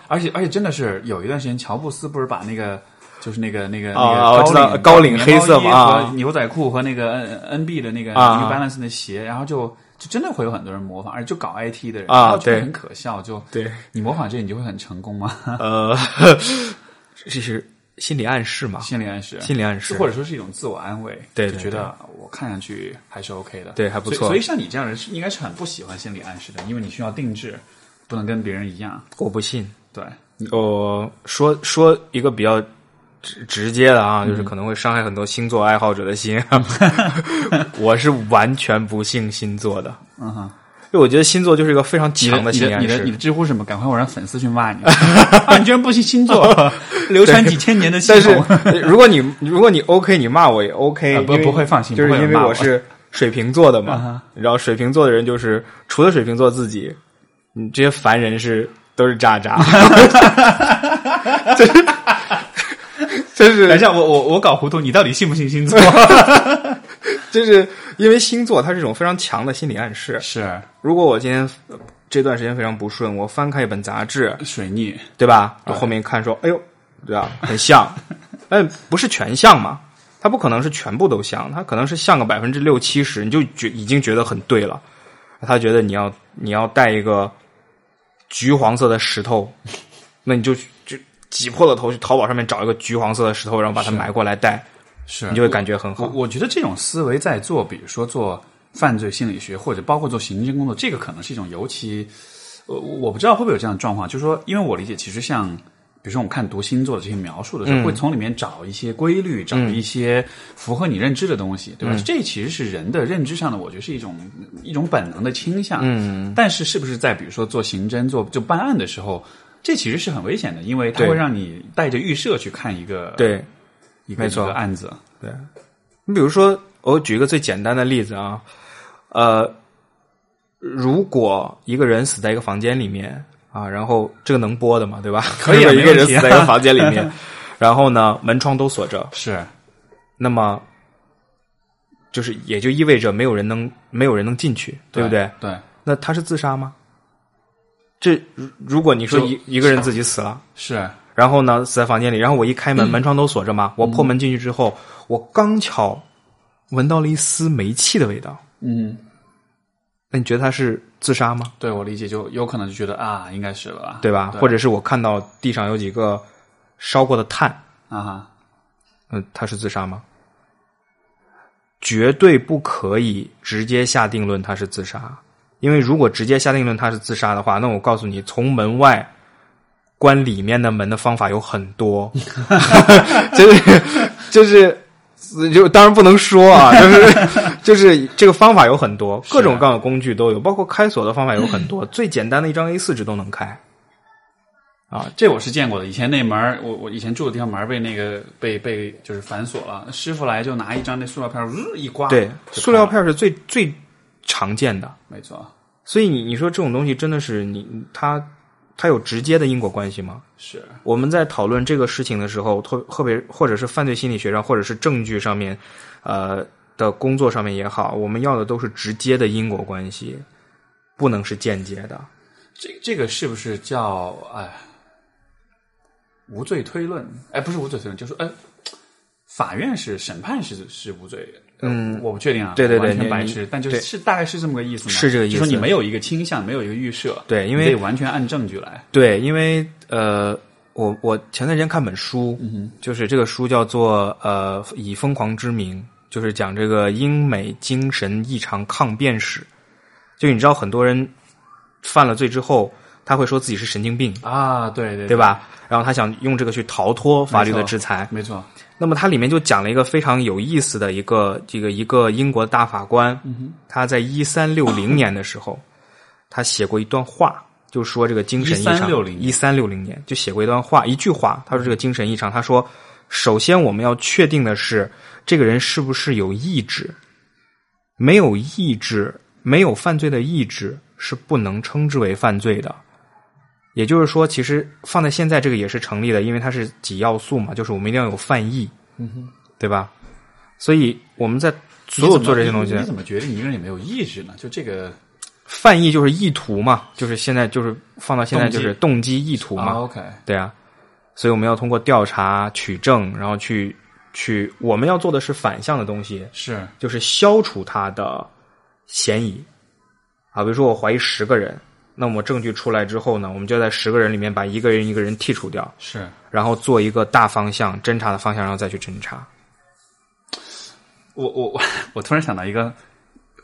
而且而且真的是有一段时间，乔布斯不是把那个。就是那个那个那啊我个知高道领高领黑色嘛，嘛啊牛仔裤和那个呃 N N B 的那个 New 啊 Balance 的鞋，然后就就真的会有很多人模仿，而且就搞 I T 的人，啊然后就会对很可笑，就对，你模仿这你就会很成功吗？ 呃，这是心理暗示嘛？心理暗示，心理暗示或者说是一种自我安慰，对就对觉得我看上去还是 OK 的，对还不所错以所以像你这样的人是应该是很不喜欢心理暗示的，因为你需要定制，不能跟别人一样。我不信。对，我说说一个比较直直接的嗯啊，就是可能会伤害很多星座爱好者的心。啊 我是完全不信星座的，嗯哼，因为我觉得星座就是一个非常你强的你心理啊的暗你的你示的。知乎是什么？赶快我让粉丝去 骂你，啊，你居然不信星座，流传几千年的系但是统，呃 如果你如果你 OK，你骂我也 OK，、啊不因为不会放心就是不会有因人为骂我我是水瓶座的啊嘛哈。然后水瓶座的人就是除了水瓶座自己，你这些凡人是都是 渣渣， 就是就是等一下，我我我搞糊涂，你到底信不信星 座？就是因为星座它是一种非常强的心理暗示。是如果我今天呃这段时间非常不顺，我翻开一本杂志，水逆，对吧？我后面看说，哎呦，对吧？很像， 但不是全像嘛？它不可能是全部都像，它可能是像个百分之六七十，你就觉已经觉得很对了。他觉得你要你要带一个橘黄色的石头，那你就就挤破了头去淘宝上面找一个橘黄色的石头，然后把它买过来戴，是你就会感觉很好啊我。我觉得这种思维在做，比如说做犯罪心理学，或者包括做刑侦工作，这个可能是一种尤其，呃，我不知道会不会有这样的状况，就是说，因为我理解，其实像比如说我们看读星座的这些描述的嗯时候，会从里面找一些规律，找一些符合你认知的东西，对吧？这其实是人的认知上的，我觉得是一种一种本能的倾向。嗯，但是是不是在比如说做刑侦、做就办案的时候？这其实是很危险的，因为它对会让你带着预设去看一个对，一个没错一个案子。你比如说，我举一个最简单的例子啊，呃，如果一个人死在一个房间里面啊，然后这个能播的嘛，对吧？ 可以啊如果没一个人问题死啊在一个房间里 面，然后呢，门窗都锁着，是那么就是也就意味着没有人能没有人能进去，对不对？？对，那他是自杀吗？这如如果你说就一一个人自己死了，是然后呢死在房间里，然后我一开门，门窗都锁着嘛，我破门进去之后，我刚巧闻到了一丝煤气的味道，嗯，那你觉得他是自杀吗？对我理解就有可能就觉得啊，应该是了吧？对吧？或者是我看到地上有几个烧过的炭，啊哈，嗯、他是自杀吗？绝对不可以直接下定论他是自杀，因为如果直接下定论他是自杀的话，那我告诉你，从门外关里面的门的方法有很多，就是就是。就当然不能说啊，就是就是这个方法有很多，各种各样的工具都有，包括开锁的方法有很多，最简单的一张 A 四纸都能开。这我是见过的。以前那门儿，我我以前住的地方门儿被那个被被就是反锁了，师傅来就拿一张那塑料片儿，呜一刮，对，就塑料片是最最常见的，没错，所以你你说这种东西真的是你你它它有直接的因果关系吗？是我们在讨论这个事情的时候，特特别或者是犯罪心理学上，或者是证据上面，呃的工作上面也好，我们要的都是直接的因果关系，不能是间接的。这这个是不是叫哎无罪推论？哎，不是无罪推论，就是哎，法院是审判是是无罪的。嗯，我不确定啊，对对对我完全你白你痴，但就是对是大概是这么个意思吗？是这个意思就说你没有一个倾向，没有一个预设，对因为你得完全按证据来。对，因为呃，我我前段时间看本书，嗯就是这个书叫做呃《以疯狂之名》，就是讲这个英美精神异常抗辩史。就你知道，很多人犯了罪之后，他会说自己是神经病，啊，对对对？吧？然后他想用这个去逃脱法律的制裁。没错，那么它里面就讲了一个非常有意思的一个这个一个英国大法官，他在一三六零年的时候，他写过一段话，就说这个精神异常。 1360一三六零年就写过一段话，一句话，他说这个精神异常，他说，首先我们要确定的是这个人是不是有意志，没有意志，没有犯罪的意志是不能称之为犯罪的。也就是说，其实放在现在这个也是成立的，因为它是几要素嘛，就是我们一定要有犯意，对吧？所以我们在所有做这些东西你，怎么决定一个人有没有意志呢？就这个犯意就是意图嘛，就是现在就是放到现在就是动机意图嘛啊，，OK，对啊，所以我们要通过调查取证，然后去去，我们要做的是反向的东西，是就是消除他的嫌疑啊。比如说我怀疑十个人，那么证据出来之后呢，我们就要在十个人里面把一个人一个人剔除掉，是，然后做一个大方向侦查的方向，然后再去侦查。我我我我突然想到一个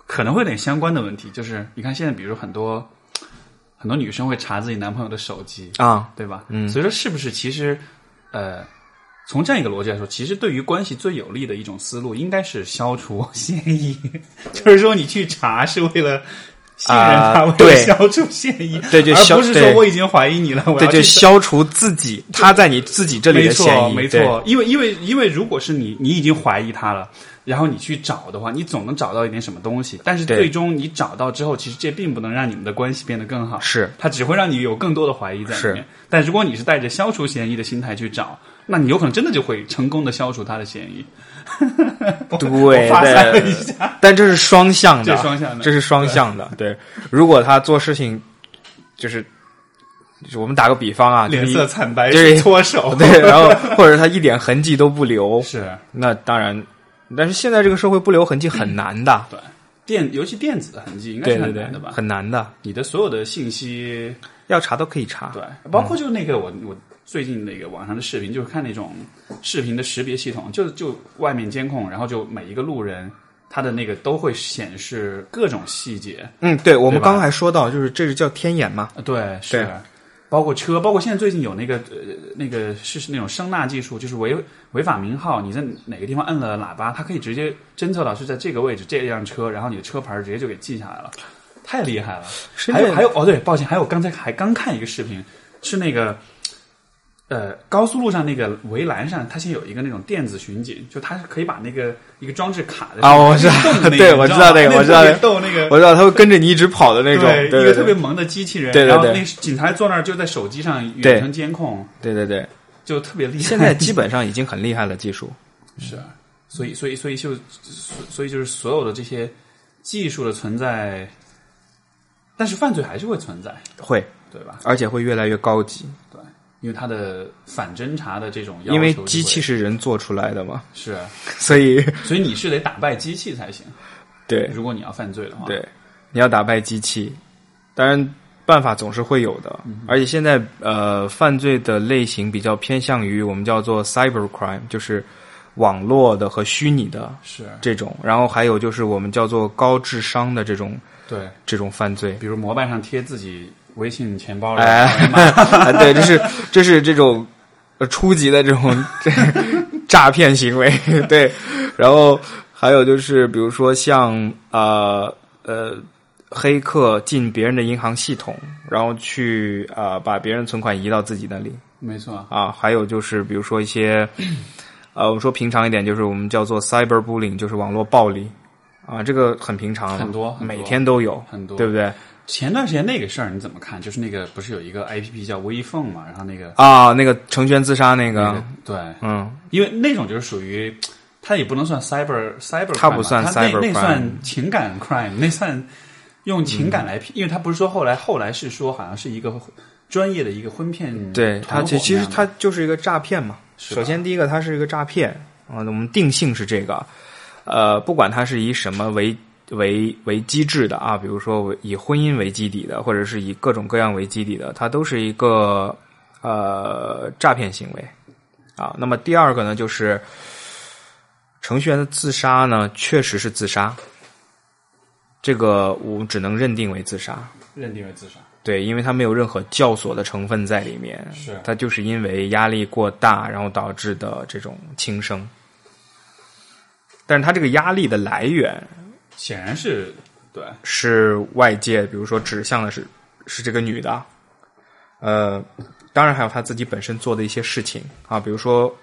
可能会有点相关的问题，就是你看现在，比如很多很多女生会查自己男朋友的手机，啊，对吧？嗯，所以说是不是其实呃，从这样一个逻辑来说，其实对于关系最有利的一种思路，应该是消除嫌疑， 就是说你去查是为了。信任他，啊为了对消除嫌疑，对就而消不是说对我已经怀疑你了，我对，要就去消除自己他在你自己这里没的错，嫌疑，没对错，因为因为因为如果是你，你已经怀疑他了，然后你去找的话，你总能找到一点什么东西。但是对最终你找到之后，其实这并不能让你们的关系变得更好，是它只会让你有更多的怀疑在里面是。但如果你是带着消除嫌疑的心态去找，那你有可能真的就会成功的消除他的嫌疑。对我发散了一下，但这是双向的，这是双向的这是双向的。对，如果他做事情就是，就是我们打个比方啊，脸色惨白，就是搓手，就是一 对，然后或者他一点痕迹都不留， 是那当然，但是现在这个社会不留痕迹很难的，对电，尤其电子的痕嗯迹应该对是对很对难的，吧？很难的，你的所有的信息要查都可以查。对，包括就那个我我最近那个网上的视频，就是看那种视频的识别系统，就就外面监控，然后就每一个路人他的那个都会显示各种细节，嗯，对，我们对吧刚才说到，就是这是叫天眼嘛，呃对，是对。包括车，包括现在最近有那个呃那个是那种声纳技术，就是违违法名号，你在哪个地方摁了喇叭，它可以直接侦测到是在这个位置这辆车，然后你的车牌直接就给记下来了，太厉害了。深还有圳还有哦，对，抱歉，还有刚才还刚看一个视频，是那个呃，高速路上那个围栏上，它现在有一个那种电子巡警，就它是可以把那个一个装置卡在啊我知道动的那个对我知道那那个我知道那个逗那个我知道他会跟着你一直跑的那种，对一个对特别对萌的机器人，对对然后对那警察坐那儿就在手机上对远程监控，对 对对，就特别厉害。现在基本上已经很厉害了技术。 是啊，所以所以所以就所所以就是所有的这些技术的存在，但是犯罪还是会存在，会，对吧？而且会越来越高级，对，因为它的反侦查的这种要求就会，因为机器是人做出来的嘛， 是啊，所以所以你是得打败机器才行。对如果你要犯罪的话，对，你要打败机器，当然办法总是会有的。嗯而且现在呃，犯罪的类型比较偏向于我们叫做 cyber crime，就是网络的和虚拟的是这种，然后还有就是我们叫做高智商的这种对，这种犯罪。比如膜拜上贴自己微信钱包里，哎，啊 对，这是这是这种呃初级的这种这诈骗行为，对。然后还有就是，比如说像呃呃，黑客进别人的银行系统，然后去啊、呃把别人存款移到自己那里没错，啊。还有就是，比如说一些呃，我们说平常一点，就是我们叫做 cyber bullying，就是网络暴力啊，这个很平常了，很多很多每天都有，很多对不对？前段时间那个事儿你怎么看？就是那个不是有一个 A P P 叫微凤嘛，然后那个、啊，那个成全自杀那个，那个对，嗯。因为那种就是属于，它也不能算 cyber cyber，它不算 cyber 那 crime 嗯算情感 crime，那算用情感来，因为它不是说后来后来是说好像是一个专业的一个婚骗对团它伙其其嗯那实样的它就是一个诈骗嘛。是首吧先第一个，它是一个诈骗啊、我们定性是这个，呃，不管它是以什么为为为机制的啊，比如说为以婚姻为基底的，或者是以各种各样为基底的，它都是一个呃诈骗行为啊。那么第二个呢，就是程序员的自杀呢，确实是自杀，这个我们只能认定为自杀。认定为自杀，对，因为它没有任何教唆的成分在里面，是它就是因为压力过大，然后导致的这种轻生。但是它这个压力的来源显然是对是外界，比如说指向的是是这个女的，啊呃，当然还有她自己本身做的一些事情啊，比如说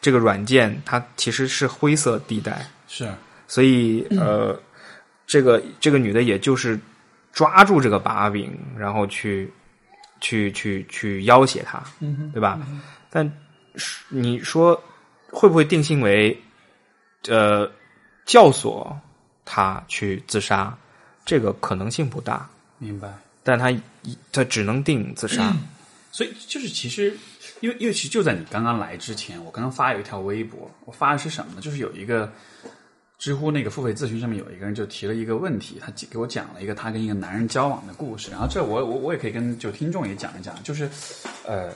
这个软件它其实是灰色地带，是所以嗯呃，这个这个女的也就是抓住这个把柄，然后去去去去要挟他，嗯对吧？但是你说会不会定性为呃教唆他去自杀？这个可能性不大，明白。但他他只能定自杀。所以就是其实，因为因为其实就在你刚刚来之前，我刚刚发有一条微博，我发的是什么呢？就是有一个知乎那个付费咨询上面有一个人就提了一个问题，他给我讲了一个他跟一个男人交往的故事，然后这我我我也可以跟就听众也讲一讲，就是呃。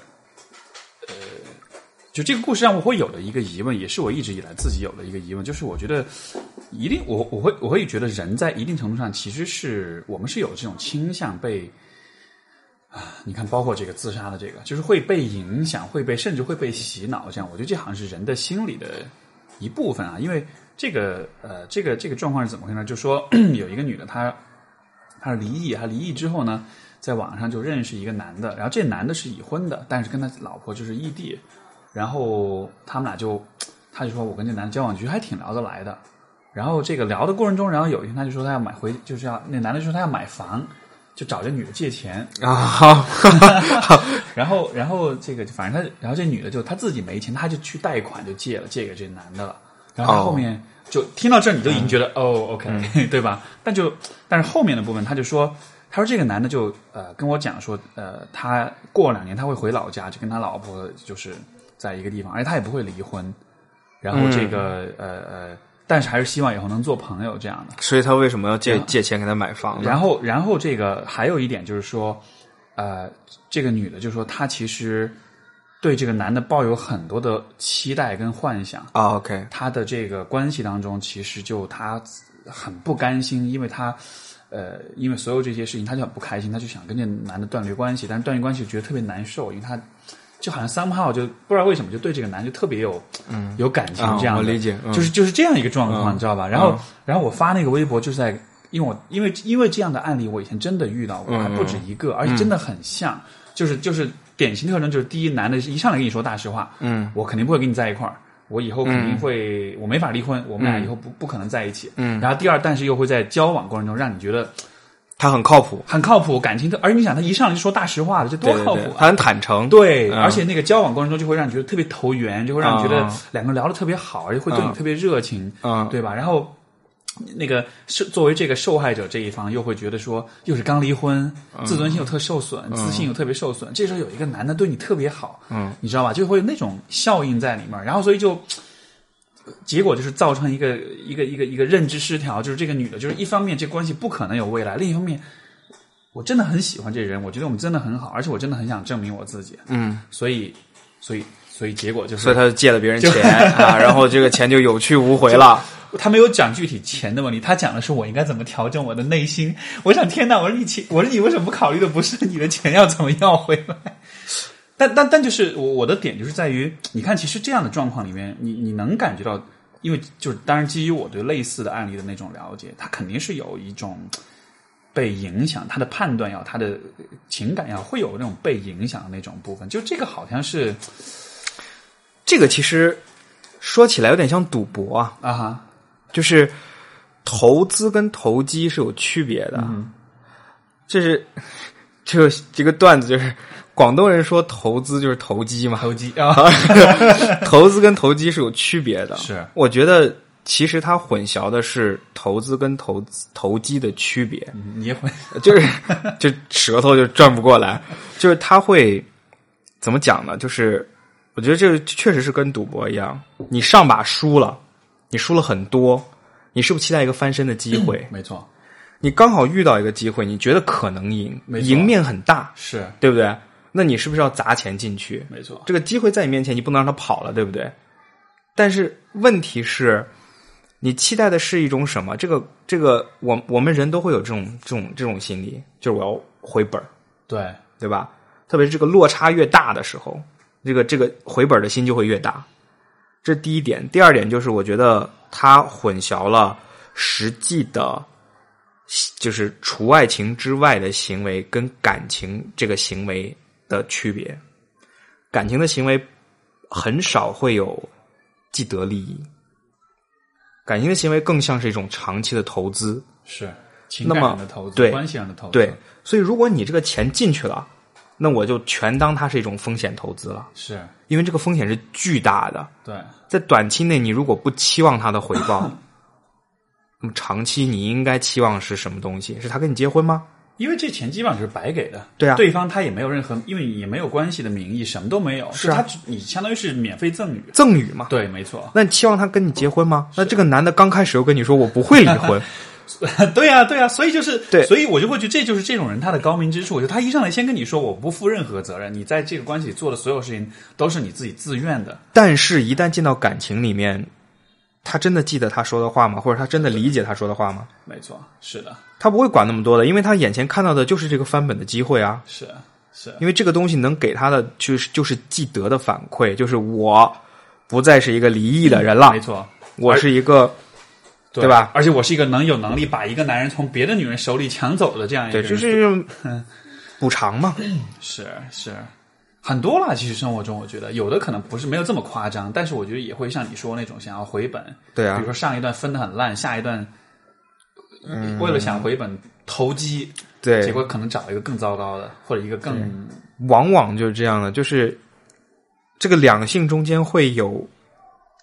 就这个故事让我会有的一个疑问，也是我一直以来自己有的一个疑问，就是我觉得一定我我会我会觉得人在一定程度上其实是我们是有这种倾向被啊，你看包括这个自杀的这个，就是会被影响，会被甚至会被洗脑，这样我觉得这好像是人的心理的一部分啊，因为这个呃这个这个状况是怎么回事呢？就说 有一个女的她她是离异，她离异之后呢，在网上就认识一个男的，然后这男的是已婚的，但是跟他老婆就是异地，然后他们俩就，他就说我跟这男的交往，其实还挺聊得来的。然后这个聊的过程中，然后有一天他就说他要买回，就是要那男的说他要买房，就找这女的借钱。嗯啊，好， 然后，然后这个反正他，然后这女的就她自己没钱，她就去贷款就借了，借给这男的了。然后她哦后面就听到这儿，你就已经觉得、哦，OK，、对 吧？但就但是后面的部分，他就说，他说这个男的就呃跟我讲说，呃，他过两年他会回老家，就跟他老婆就是在一个地方，而且他也不会离婚。然后这个、呃呃，但是还是希望以后能做朋友这样的。 所以他为什么要借借钱给他买房呢？啊然后，然后这个还有一点就是说，呃，这个女的就说她其实对这个男的抱有很多的期待跟幻想，啊，OK，她的这个关系当中，其实就她很不甘心，因为她呃，因为所有这些事情，她就很不开心，她就想跟这男的断绝关系，但是断绝关系觉得特别难受，因为她就好像 somehow 就不知道为什么就对这个男就特别有嗯有感情啊这样的、我理解嗯就是就是这样一个状况，你知道吧？然后、然后我发那个微博就在。嗯因为我因为因为这样的案例，我以前真的遇到过，还不止一个，而且真的很像。就是就是典型特征，就是第一男的一上来跟你说大实话，嗯，我肯定不会跟你在一块儿，我以后肯定会，我没法离婚，我们嗯俩以后不不可能在一起，嗯。然后第二，但是又会在交往过程中让你觉得他很靠谱，很靠谱，感情特，而且你想他一上来就说大实话的，这多对对靠谱对啊！他很坦诚，对，嗯而且那个交往过程中就会让你觉得特别投缘，就会让你觉得嗯两个人聊得特别好，而且会对你嗯特别热情，嗯，对吧？然后那个是作为这个受害者这一方，又会觉得说，又是刚离婚，自尊心又特受损，自信又特别受损。这时候有一个男的对你特别好，嗯，你知道吧？就会有那种效应在里面，然后所以就。结果就是造成一个一个一个一个认知失调，就是这个女的，就是一方面这关系不可能有未来，另一方面，我真的很喜欢这人，我觉得我们真的很好，而且我真的很想证明我自己，嗯，所以，所以，所以结果就是，所以他就借了别人钱啊，然后这个钱就有去无回了。他没有讲具体钱的问题，他讲的是我应该怎么调整我的内心。 我想，天哪！我说你钱，我说你为什么不考虑的不是你的钱要怎么要回来？ 但但但就是我我的点就是在于，你看，其实这样的状况里面，你你能感觉到，因为就是当然基于我对类似的案例的那种了解，他肯定是有一种被影响，他的判断要他的情感要会有那种被影响的那种部分。就这个好像是这个其实说起来有点像赌博啊，啊哈，就是投资跟投机是有区别的。这是这个这个段子就是广东人说投资就是投机 嘛，投机啊，投资跟投机是有区别的。是我觉得其实它混淆的是投资跟投资投机的区别。你也会就是就舌头就转不过来，就是他会怎么讲呢？就是我觉得这确实是跟赌博一样，你上把输了，你输了很多，你是不是期待一个翻身的机 会？没错，你刚好遇到一个机会，你觉得可能赢，没错赢面很大，是对不对？那你是不是要砸钱进去？没错，这个机会在你面前，你不能让它跑了，对不对？但是问题是，你期待的是一种什么？这个这个，我我们人都会有这种这种这种心理，就是我要回本儿，对。对吧？特别是这个落差越大的时候，这个这个回本儿的心就会越大。这第一点，第二点就是我觉得它混淆了实际的，就是除爱情之外的行为跟感情这个行为的区别。感情的行为很少会有既得利益，感情的行为更像是一种长期的投资。是情感那么上的投资，对关系上的投资，对，所以如果你这个钱进去了，那我就全当它是一种风险投资了，是，因为这个风险是巨大的，对，在短期内你如果不期望它的回报，那么长期你应该期望是什么东西？是他跟你结婚吗？因为这钱基本上就是白给的，对啊对方他也没有任何，因为也没有关系的名义，什么都没有，是就啊他只你相当于是免费赠 与，赠与嘛？对，没错， 那你期望他跟你结婚吗？那这个男的刚开始又跟你说我不会离婚，对呀、对呀、啊所以就是，对所以我就会觉得这就是这种人他的高明之处，就他一上来先跟你说我不负任何责任，你在这个关系里做的所有事情都是你自己自愿的，但是一旦进到感情里面，他真的记得他说的话吗？或者他真的理解他说的话吗？没错，是的，他不会管那么多的，因为他眼前看到的就是这个翻本的机会啊。是是，因为这个东西能给他的就是就是既得的反馈，就是我不再是一个离异的人了嗯没，错。我是一个对吧而且我是一个能有能力把一个男人从别的女人手里抢走的这样一个对，人，就是这种补偿嘛。嗯是是，很多啦。其实生活中，我觉得有的可能不是没有这么夸张，但是我觉得也会像你说那种想要回本，对比啊如，说上一段分的很烂，下一段为了想回本投机，结嗯对，嗯果可能找一个更糟糕的，或者一个更往往就是这样的，就是这个两性中间会有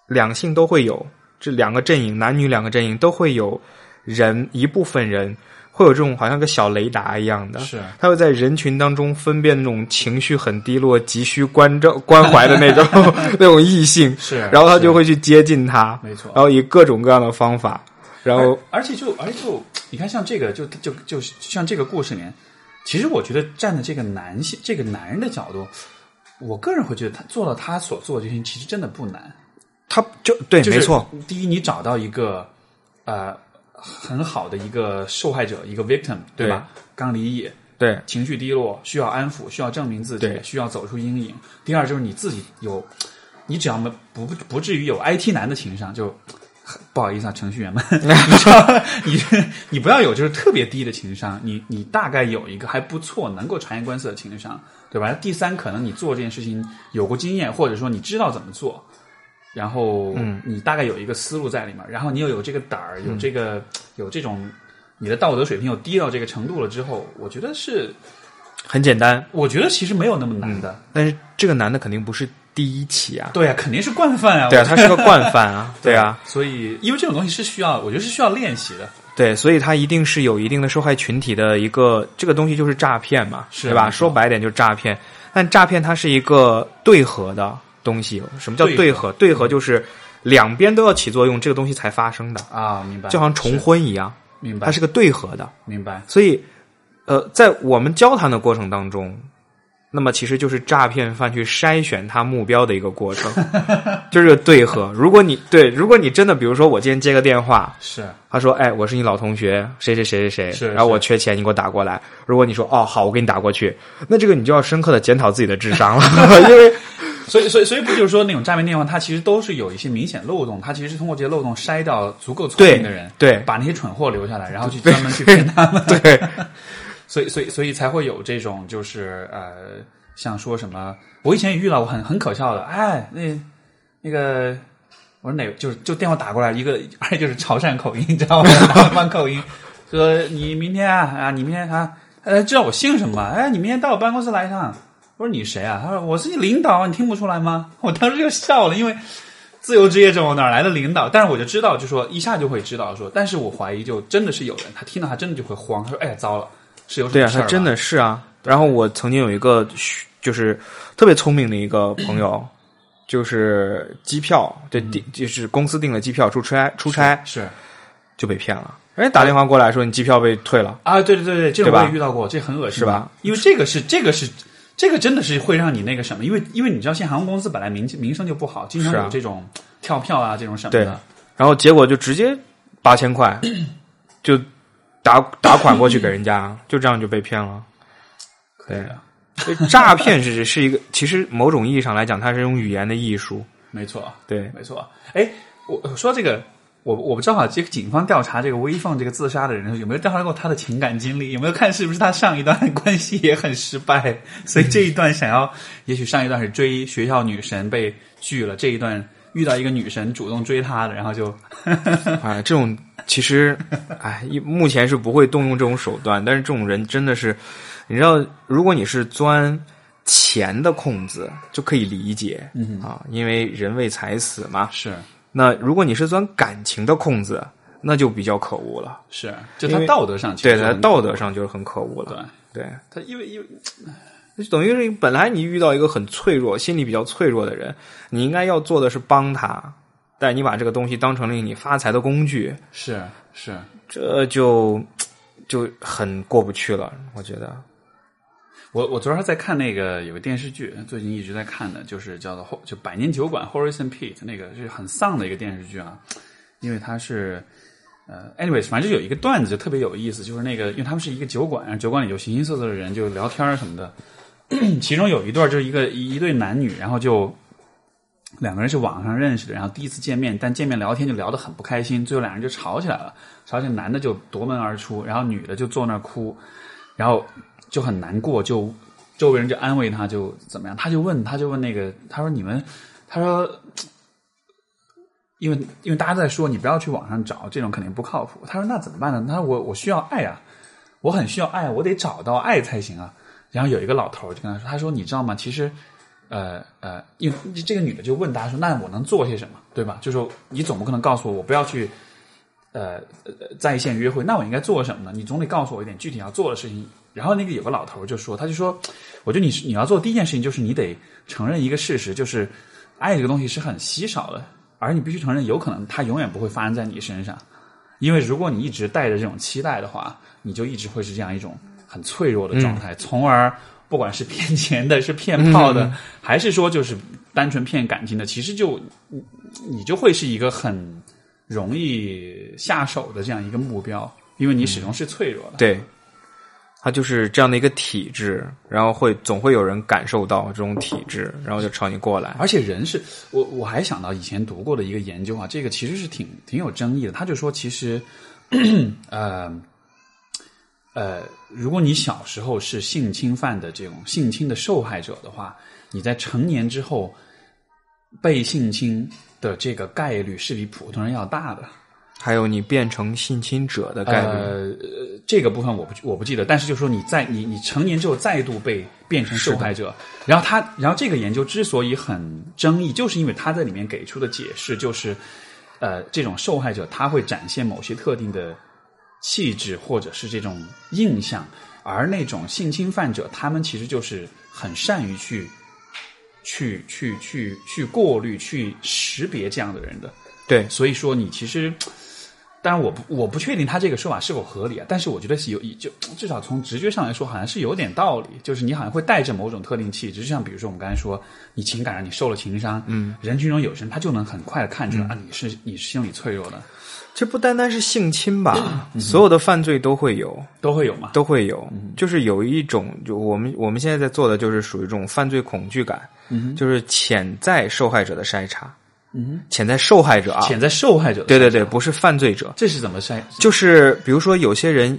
两性都会有这两个阵营，男女两个阵营都会有人一部分人会有这种好像个小雷达一样的，是他会在人群当中分辨那种情绪很低落、急需关照 关怀的那种那种异性，是然后他是就会去接近他，没错然后以各种各样的方法，然后而且就而且就你看，像这个就就就像这个故事里面，其实我觉得站在这个男性这个男人的角度，我个人会觉得他做到他所做的事情，其实真的不难。他就对，就是没错，。第一，你找到一个呃很好的一个受害者，一个 victim，对吧？刚离异，对，情绪低落，需要安抚，需要证明自己对，需要走出阴影。第二就是你自己有，你只要没不不至于有 IT 男的情商，就不好意思啊，程序员们， 你知道你你不要有就是特别低的情商，你你大概有一个还不错能够察言观色的情商，对吧？第三，可能你做这件事情有过经验，或者说你知道怎么做，然后你大概有一个思路在里面，然后你又有这个胆儿，有这个有这种你的道德水平又低到这个程度了之后，我觉得是，很简单，我觉得其实没有那么难的。但是这个男的肯定不是第一起啊，对呀、肯定是惯犯啊。对啊，他是个惯犯啊， 对啊，所以，因为这种东西是需要，我觉得是需要练习的。对，所以他一定是有一定的受害群体的一个，这个东西就是诈骗嘛，是对吧？没错说白点就是诈骗，但诈骗它是一个对合的东西。什么叫对对合？嗯对合就是两边都要起作用，这个东西才发生的，啊，明白，就好像重婚一样，明白，它是个对合的。明白，所以，呃，在我们交谈的过程当中，那么其实就是诈骗犯去筛选他目标的一个过 程，就是个对合。如果你对，如果你真的，比如说我今天接个电话，是他说：“哎，我是你老同学，谁谁谁谁谁，是然后我缺钱，你给我打过来。”如果你说：“哦，好，我给你打过去。”那这个你就要深刻的检讨自己的智商 了，因为 所以，所以，所以不就是说那种诈骗电话，它其实都是有一些明显漏洞，它其实是通过这些漏洞筛掉足够聪对明的人，对把那些蠢货留下来，然后去专门去骗他们，对 所以，所以，所以才会有这种就是呃，像说什么，我以前也遇到过很很可笑的，哎，那那个。我说哪就是就电话打过来一个， 哎，就是潮汕口音，你知道吗？南方口音，说你明天啊啊，你明天啊，呃，知道我姓什么吗？哎，你明天到我办公室来一趟。我说你谁啊？他说我是你领导啊，你听不出来吗？ 我当时就笑了，因为自由职业者我哪来的领导？但是我就知道，就说一下就会知道说，但是我怀疑就真的是有人，他听到他真的就会慌，他说哎呀糟了，是有什对么啊，事儿他吧真的是啊。然后我曾经有一个学就是特别聪明的一个朋友，就是机票，对，订就是公司订了机票出差出差是就被骗了，人家打电话过来说你机票被退了，啊，对对对对，这个对吧我也遇到过，这很恶心，是吧？因为这个是这个是这个真的是会让你那个什么，因为因为你知道，现在航空公司本来名名声就不好，经常是啊有这种跳票啊这种什么对的，然后结果就直接八千块 就打打款过去给人家，就这样就被骗了。可以的，所以 诈骗是是一个，其实某种意义上来讲，它是一种语言的艺术。没错。 对，没错。哎，我我说这个，我我不知道啊，这个警方调查这个微放这个自杀的人有没有调查过他的情感经历，有没有看是不是他上一段关系也很失败，所以这一段想要，也许上一段是追学校女神被拒了，这一段遇到一个女神主动追他的，然后就啊，这种其实，哎，一目前是不会动用这种手段，但是这种人真的是，你知道，如果你是钻钱的空子，就可以理解，嗯啊，因为人为财死嘛。是那如果你是钻感情的空子，那就比较可恶了。是，就因他为道德上其对，实在很道德上就是很可恶了。对，他因为因为就等于是本来你遇到一个很脆弱、心理比较脆弱的人，你应该要做的是帮他，但你把这个东西当成了你发财的工具，是是。这就就很过不去了。我觉得我我昨天在看那个有个电视剧，最近一直在看的，就是叫做后就《百年酒馆》（Horace and Pete） 那个就是很丧的一个电视剧啊，因为它是呃，anyways，反正就有一个段子就特别有意思，就是那个因为他们是一个酒馆，然后酒馆里有形形色色的人就聊天儿什么的， 其中有一对儿就是一个一一对男女，然后就两个人是网上认识的，然后第一次见面，但见面聊天就聊得很不开心，最后两人就吵起来了，吵起来男的就夺门而出，然后女的就坐那儿哭，然后就很难过，就周围人就安慰他，就怎么样？他就问，他就问那个，他说你们，他说，因为因为大家在说你不要去网上找，这种肯定不靠谱。他说那怎么办呢？他说我我需要爱啊，我很需要爱，我得找到爱才行啊。然后有一个老头儿就跟他说，他说你知道吗？其实。呃呃，因为这个女的就问他说：“那我能做些什么，对吧？就说你总不可能告诉我我不要去呃呃在线约会，那我应该做什么呢？你总得告诉我一点具体要做的事情。然后那个有个老头儿就说，他就说，我觉得你是你要做第一件事情就是你得承认一个事实，就是爱这个东西是很稀少的，而你必须承认有可能它永远不会发生在你身上，因为如果你一直带着这种期待的话，你就一直会是这样一种很脆弱的状态，从而不管是骗钱的、是骗炮的，还是说就是单纯骗感情的，其实就你你就会是一个很。容易下手的这样一个目标，因为你始终是脆弱的。对，它就是这样的一个体制，然后会总会有人感受到这种体制，然后就朝你过来。而且人是我我还想到以前读过的一个研究啊，这个其实是挺挺有争议的。他就说，其实， 呃呃，如果你小时候是性侵犯的这种性侵的受害者的话，你在成年之后被性侵的这个概率是比普通人要大的。还有你变成性侵者的概率，呃，这个部分我不我不记得，但是就说你在你你成年之后再度被变成受害者，然后他然后这个研究之所以很争议，就是因为他在里面给出的解释就是，呃，这种受害者他会展现某些特定的气质或者是这种印象，而那种性侵犯者他们其实就是很善于去去去去去过滤、去识别这样的人的。对，所以说你其实，当然我不我不确定他这个说法是否合理啊，但是我觉得是有就至少从直觉上来说，好像是有点道理，就是你好像会带着某种特定气质，就像比如说我们刚才说，你情感让你受了情伤，嗯，人群中有些人他就能很快的看出嗯来、啊，你是你是心理脆弱的，这不单单是性侵吧，所有的犯罪都会有，都会有嘛，都会有，嗯就是有一种，就我们我们现在在做的就是属于这种犯罪恐惧感，嗯就是潜在受害者的筛查，潜在受害者啊，潜在受害者，嗯对对，对，不是犯罪者，这是怎么筛就是比如说有些人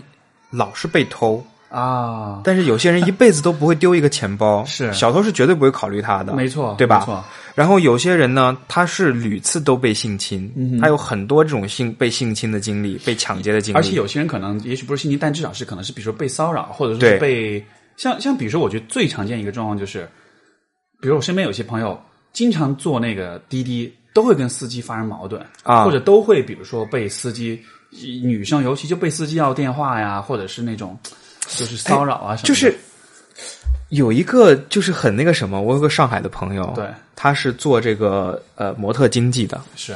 老是被偷，啊？但是有些人一辈子都不会丢一个钱包， 是小偷是绝对不会考虑他的，没错，对吧？没错，然后有些人呢，他是屡次都被性侵，嗯他有很多这种性被性侵的经历、被抢劫的经历，而且有些人可能也许不是性侵，但至少是可能是比如说被骚扰，或者说对是被像像比如说，我觉得最常见一个状况就是，比如我身边有些朋友经常坐那个滴滴，都会跟司机发生矛盾啊或者都会比如说被司机女生尤其就被司机要电话呀，或者是那种就是骚扰啊什么的，哎就是有一个就是很那个什么，我有个上海的朋友，对，他是做这个呃模特经济的，是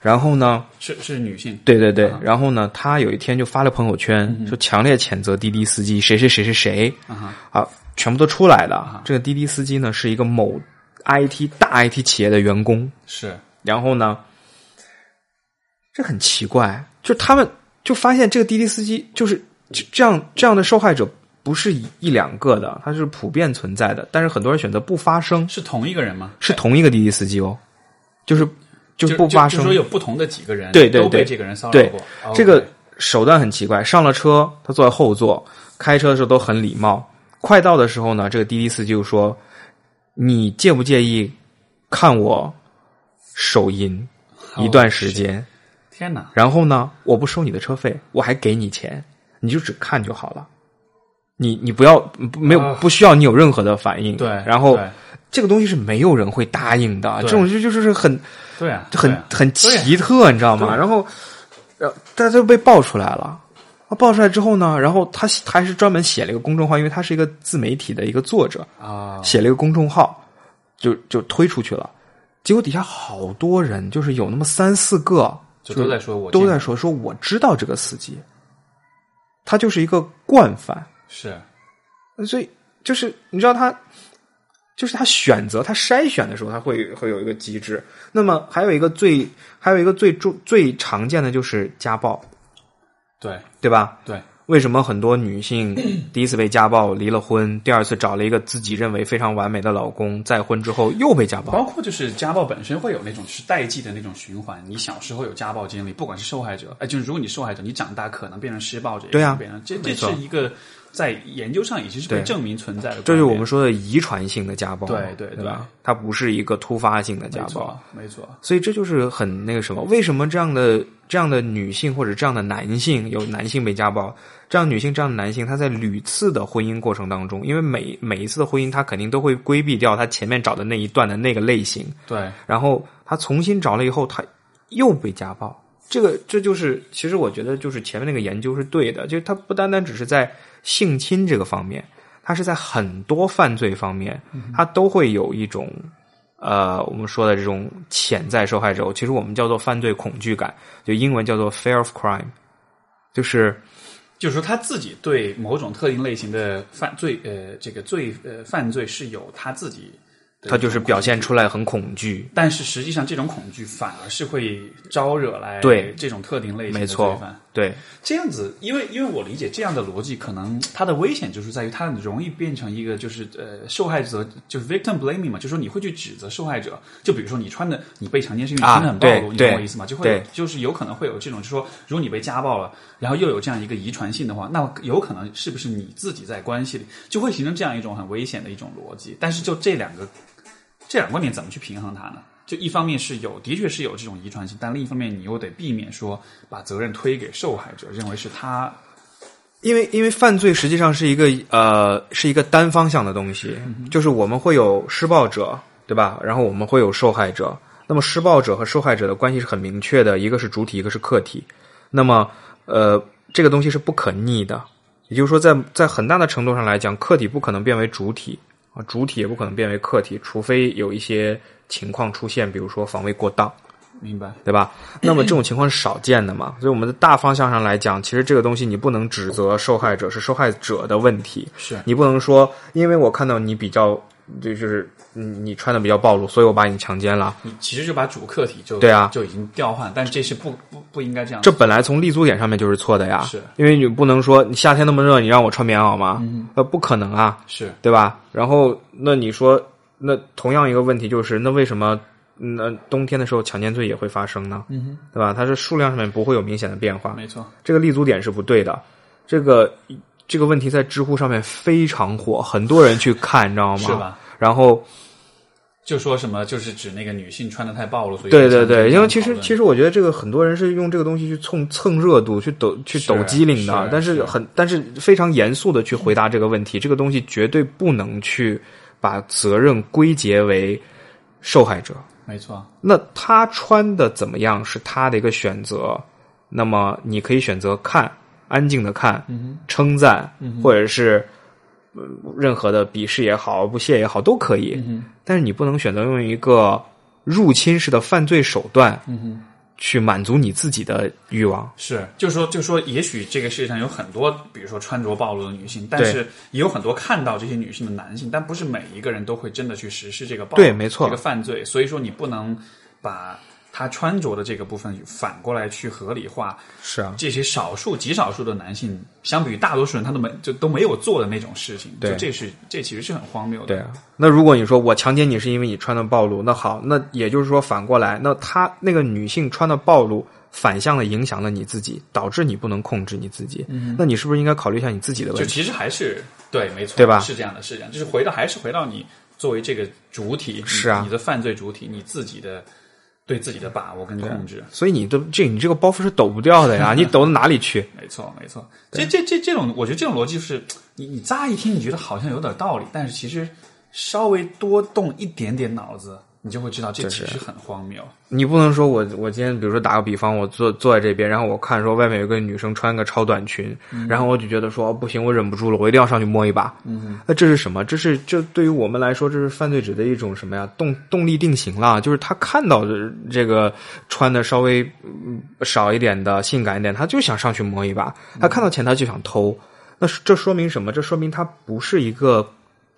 然后呢，是是女性对对对，然后呢，他有一天就发了朋友圈，说强烈谴责滴滴司机谁谁谁谁谁啊哈啊，全部都出来了。这个滴滴司机呢是一个某 IT 大 IT 企业的员工，是然后呢，这很奇怪，就他们就发现这个滴滴司机就是这这样这样的受害者不是一一两个的，它是普遍存在的，但是很多人选择不发声，是同一个人吗？是同一个滴滴司机哦，就是就就不发就声说，有不同的几个人对对都被对这个人骚扰对过，哦这个手段很奇怪。上了车，他坐在后座，开车的时候都很礼貌。快到的时候呢，这个滴滴司机就说：“你介不介意看我手淫哦一段时间？天哪！然后呢，我不收你的车费，我还给你钱，你就只看就好了。你你不要不没有啊不需要你有任何的反应。对，然后对这个东西是没有人会答应的，这对种就就就是很对啊，很对啊很奇特，你知道吗？对然后，然后大家都被爆出来了。啊爆出来之后呢，然后他他还是专门写了一个公众号，因为他是一个自媒体的一个作者，啊，写了一个公众号，就就推出去了。结果底下好多人，就是有那么三四个，就都在说我都见在说说我知道这个司机，他就是一个惯犯，是所以就是你知道他，就是他选择他筛选的时候，他会会有一个机制。那么还有一个最还有一个最重最常见的就是家暴，对对吧？对为什么很多女性第一次被家暴离了婚，第二次找了一个自己认为非常完美的老公，再婚之后又被家暴？包括就是家暴本身会有那种是代际的那种循环。你小时候有家暴经历，不管是受害者，哎，就是如果你受害者，你长大可能变成施暴者，对啊也变成这这没错是一个在研究上已经是被对证明存在的观点，这就是我们说的遗传性的家暴，对对对对吧？它不是一个突发性的家没暴，错没错，所以这就是很那个什么，为什么这样的这样的女性或者这样的男性有男性被家暴，这样女性这样的男性，他在屡次的婚姻过程当中，因为每每一次的婚姻，他肯定都会规避掉他前面找的那一段的那个类型，对然后他重新找了以后，他又被家暴。这个这就是，其实我觉得就是前面那个研究是对的，就是他不单单只是在性侵这个方面，他是在很多犯罪方面，他都会有一种呃我们说的这种潜在受害者，其实我们叫做犯罪恐惧感，就英文叫做 fear of crime，就是就是说他自己对某种特定类型的犯罪，呃，这个罪呃犯罪是有他自己的他就是一种表现出来很恐惧，但是实际上，这种恐惧反而是会招惹来对这种特定类型没的罪错犯。，对，这样子，因为因为我理解这样的逻辑，可能它的危险就是在于它容易变成一个就是呃受害者就是 victim blaming 嘛，就是说你会去指责受害者，就比如说你穿的你被强奸是因为你穿的很暴啊露，对你懂我对意思吗？就会对就是有可能会有这种，就是说如果你被家暴了，然后又有这样一个遗传性的话，那有可能是不是你自己在关系里就会形成这样一种很危险的一种逻辑？但是就这两个这两个观点怎么去平衡它呢？就一方面是有，的确是有这种遗传性，但另一方面你又得避免说把责任推给受害者，认为是他因为因为犯罪实际上是一个呃是一个单方向的东西，就是我们会有施暴者，对吧？然后我们会有受害者。那么施暴者和受害者的关系是很明确的，一个是主体，一个是客体。那么呃，这个东西是不可逆的，也就是说在，在很大的程度上来讲，客体不可能变为主体啊，主体也不可能变为客体，除非有一些情况出现，比如说防卫过当。明白。对吧？那么这种情况是少见的嘛，所以我们的大方向上来讲，其实这个东西你不能指责受害者是受害者的问题，是你不能说因为我看到你比较就就是你你穿的比较暴露，所以我把你强奸了。你其实就把主客体就对啊就已经调换，但是这是不不不应该这样。这本来从立足点上面就是错的呀，是因为你不能说你夏天那么热，你让我穿棉袄吗？呃，不可能啊，是对吧？然后那你说，那同样一个问题就是，那为什么那冬天的时候强奸罪也会发生呢？嗯哼，对吧？它是数量上面不会有明显的变化，没错，这个立足点是不对的。这个这个问题在知乎上面非常火，很多人去看，你知道吗？是吧？然后，就说什么就是指那个女性穿的太暴露，所以对对对，因为其实实其实我觉得这个很多人是用这个东西去蹭蹭热度，去抖去抖机灵的，是但是是很但是非常严肃的去回答这个问题，这个东西绝对不能去把责任归结为受害者。没错，那他穿的怎么样是他的一个选择，那么你可以选择看，安静的看，称赞，或者是呃任何的鄙视也好、不屑也好都可以，但是你不能选择用一个入侵式的犯罪手段，去满足你自己的欲望。是，就说就说，也许这个世界上有很多，比如说穿着暴露的女性，但对是也有很多看到这些女性的男性，但不是每一个人都会真的去实施这个暴对没错这个犯罪，所以说你不能把他穿着的这个部分反过来去合理化是啊，这些少数极少数的男性，相比于大多数人，他都没就都没有做的那种事情，对就这是这其实是很荒谬的，对啊，那如果你说我强奸你是因为你穿的暴露，那好，那也就是说反过来，那她那个女性穿的暴露，反向的影响了你自己，导致你不能控制你自己。那你是不是应该考虑一下你自己的就问题？其实还是对，没错，对吧是这样的，是这样，就是回到还是回到你作为这个主体，你是啊你的犯罪主体，你自己的对自己的把握跟控制，所以你的这你这个包袱是抖不掉的呀，你抖到哪里去？没错，没错。这这这这种，我觉得这种逻辑就是，你你乍一听你觉得好像有点道理，但是其实稍微多动一点点脑子，你就会知道这其实很荒谬。你不能说我我今天比如说打个比方，我坐坐在这边，然后我看说外面有个女生穿个超短裙，嗯然后我就觉得说、哦不行，我忍不住了，我一定要上去摸一把。嗯，那这是什么？这是这对于我们来说，这是犯罪者的一种什么呀？动动力定型了，就是他看到的这个穿的稍微嗯少一点的、性感一点，他就想上去摸一把，嗯他看到钱他就想偷。那是这说明什么？这说明他不是一个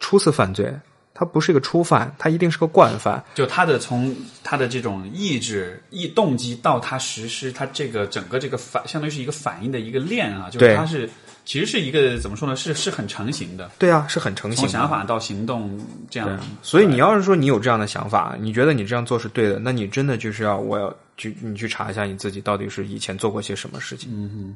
初次犯罪，他不是一个初犯，他一定是个惯犯。就他的从他的这种意志、意动机到他实施，他这个整个这个反，相当于是一个反应的一个链啊，就是对他是其实是一个怎么说呢？是是很成型的，对啊，是很成型从的。想法到行动这样子。所以你要是说你有这样的想法，你觉得你这样做是对的，那你真的就是要我要去你去查一下你自己到底是以前做过些什么事情。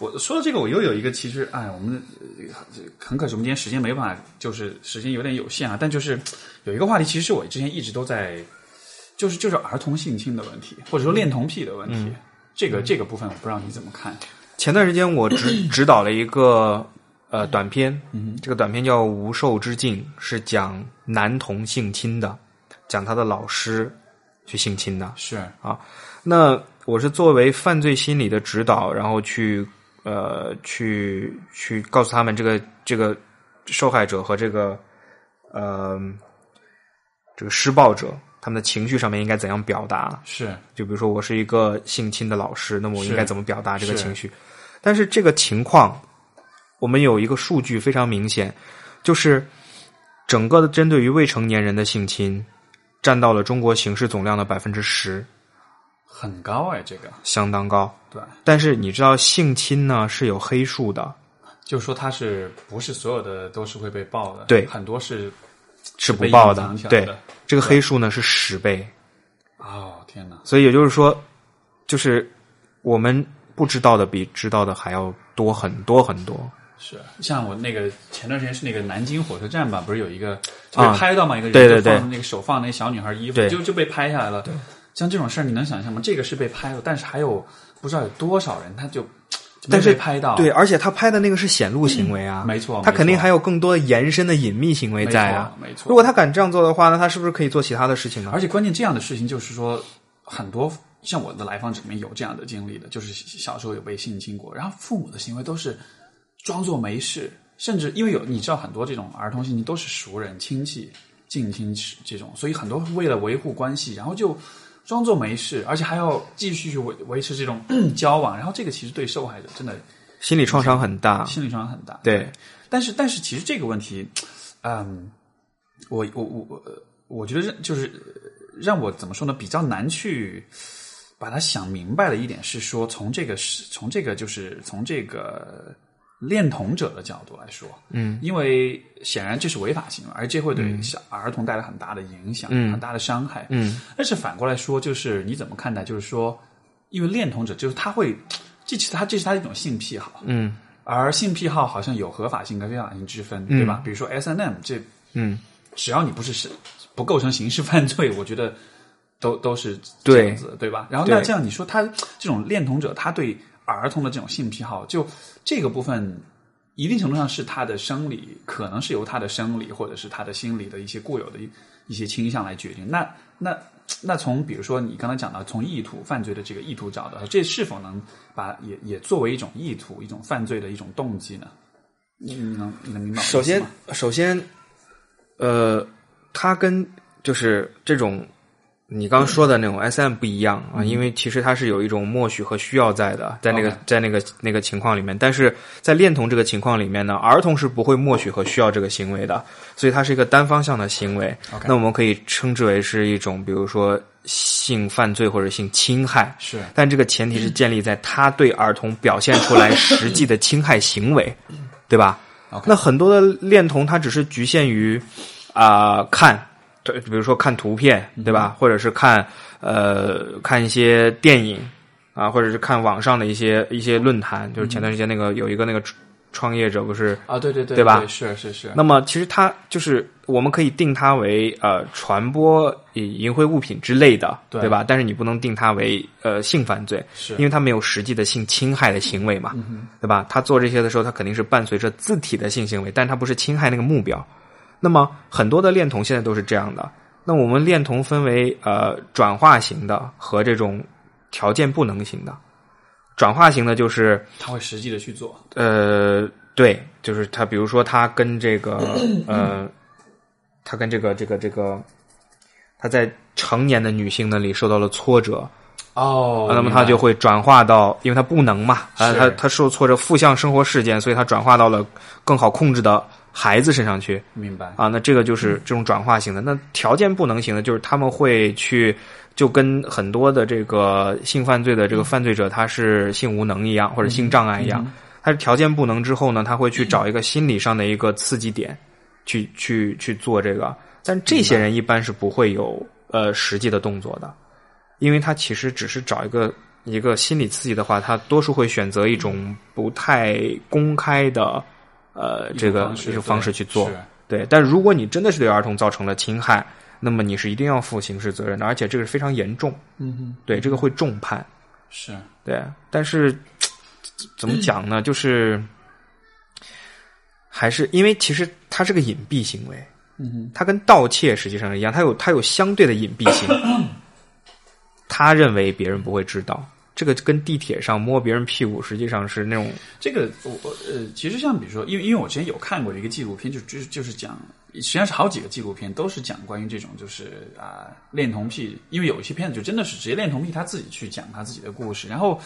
我说到这个，我又有一个，其实哎，我们呃很可惜，我们今天时间没办法，就是时间有点有限啊。但就是有一个话题，其实我之前一直都在，就是就是儿童性侵的问题，或者说恋童癖的问题。嗯这个这个部分，我不知道你怎么看。前段时间我指指导了一个呃短片，这个短片叫《无寿之境》，是讲男童性侵的，讲他的老师去性侵的。是那我是作为犯罪心理的指导，然后去呃去去告诉他们这个这个受害者和这个呃这个施暴者他们的情绪上面应该怎样表达。是，就比如说我是一个性侵的老师，那么我应该怎么表达这个是情绪？但是这个情况，我们有一个数据非常明显，就是整个的针对于未成年人的性侵，占到了中国刑事总量的百分之十。很高哎，这个相当高。对，但是你知道性侵呢是有黑数的，就说他是不是所有的都是会被爆的？对很多是是不报被隐藏起来对的，这个黑数呢是十倍，哦，天哪！所以也就是说，就是我们不知道的比知道的还要多很多很多。是像我那个前段时间是那个南京火车站吧，不是有一个就啊被拍到嘛，一个人对对就对放那个手放那小女孩衣服，对就就被拍下来了。像这种事儿，你能想象吗？这个是被拍了，但是还有不知道有多少人，他就就没但是被拍到，对，，而且他拍的那个是显露行为啊，没错他肯定没错还有更多的延伸的隐秘行为没在啊错。，没错。如果他敢这样做的话，那他是不是可以做其他的事情呢？啊而且关键这样的事情就是说，很多像我的来访者里面有这样的经历的，就是小时候有被性侵过，然后父母的行为都是装作没事，甚至因为有你知道很多这种儿童性侵都是熟人、亲戚、近亲这种，所以很多为了维护关系，然后就。装作没事，而且还要继续去维维持这种 交往，然后这个其实对受害者真的心理创伤很大，心理伤害很大。对，但是但是其实这个问题，嗯，我我我我我觉得让就是呃让我怎么说呢，比较难去把它想明白的一点是说，从这个是从这个就是从这个恋童者的角度来说，嗯，因为显然这是违法行为，而这会对小儿童带来很大的影响，很大的伤害，嗯，但是反过来说，就是你怎么看待？就是说，因为恋童者就是他会，这其实他这是他的一种性癖好，嗯而性癖好好像有合法性跟非法性之分，对吧？比如说 S N M 这，嗯，只要你不是是不构成刑事犯罪，我觉得都都是这对样子，对吧？然后对那这样你说他这种恋童者，他对儿童的这种性癖好，就这个部分。一定程度上是他的生理，可能是由他的生理或者是他的心理的一些固有的一一些倾向来决定。那那那从比如说你刚才讲到从意图犯罪的这个意图找到，这是否能把也也作为一种意图、一种犯罪的一种动机呢？你你能你能明白我的意思首先吗，首先，呃，它跟就是这种你刚说的那种 S M 不一样啊，因为其实它是有一种默许和需要在的，在那个嗯 OK 在那个那个情况里面，但是在恋童这个情况里面呢，儿童是不会默许和需要这个行为的，所以它是一个单方向的行为。 OK 那我们可以称之为是一种，比如说性犯罪或者性侵害。是但这个前提是建立在他对儿童表现出来实际的侵害行为，对吧 OK 那很多的恋童，它只是局限于啊、看，对，比如说看图片，对吧？或者是看呃看一些电影啊，或者是看网上的一些一些论坛，就是前段时间那个有一个那个创业者不是啊，对对对对吧是是是，那么其实它就是我们可以定它为呃传播淫秽物品之类的，对对吧？但是你不能定它为呃性犯罪，是因为它没有实际的性侵害的行为嘛，对吧？他做这些的时候，他肯定是伴随着自体的性行为，但他不是侵害那个目标。那么很多的恋童现在都是这样的。那我们恋童分为呃转化型的和这种条件不能型的。转化型的就是他会实际的去做。呃，对，就是他，比如说他跟这个呃，他跟这个这个这个，他在成年的女性那里受到了挫折，哦那么他就会转化到，因为他不能嘛，啊，是他他受挫折负向生活事件，所以他转化到了更好控制的孩子身上去明白啊。那这个就是嗯这种转化型的。那条件不能型的，就是他们会去。就跟很多的这个性犯罪的这个犯罪者，他是性无能嗯一样，或者性障碍一样，他是条件不能之后呢，他会去找一个心理上的一个刺激点，去去去做这个。但这些人一般是不会有呃实际的动作的，因为他其实只是找一个一个心理刺激的话，他多数会选择一种不太公开的呃这个一种方式去做。对，但如果你真的是对儿童造成了侵害，那么你是一定要负刑事责任的，而且这个是非常严重。嗯哼，对，这个会重判。是对，啊但是怎么讲 呢？就是还是因为其实它是个隐蔽行为，嗯哼，它跟盗窃实际上是一样，它有它有相对的隐蔽 性。他认为别人不会知道，这个跟地铁上摸别人屁股实际上是那种这个我我呃，其实像比如说，因为因为我之前有看过一个纪录片，就就就是讲，实际上是好几个纪录片都是讲关于这种就是啊、恋童癖，因为有一些片子就真的是直接恋童癖他自己去讲他自己的故事，然后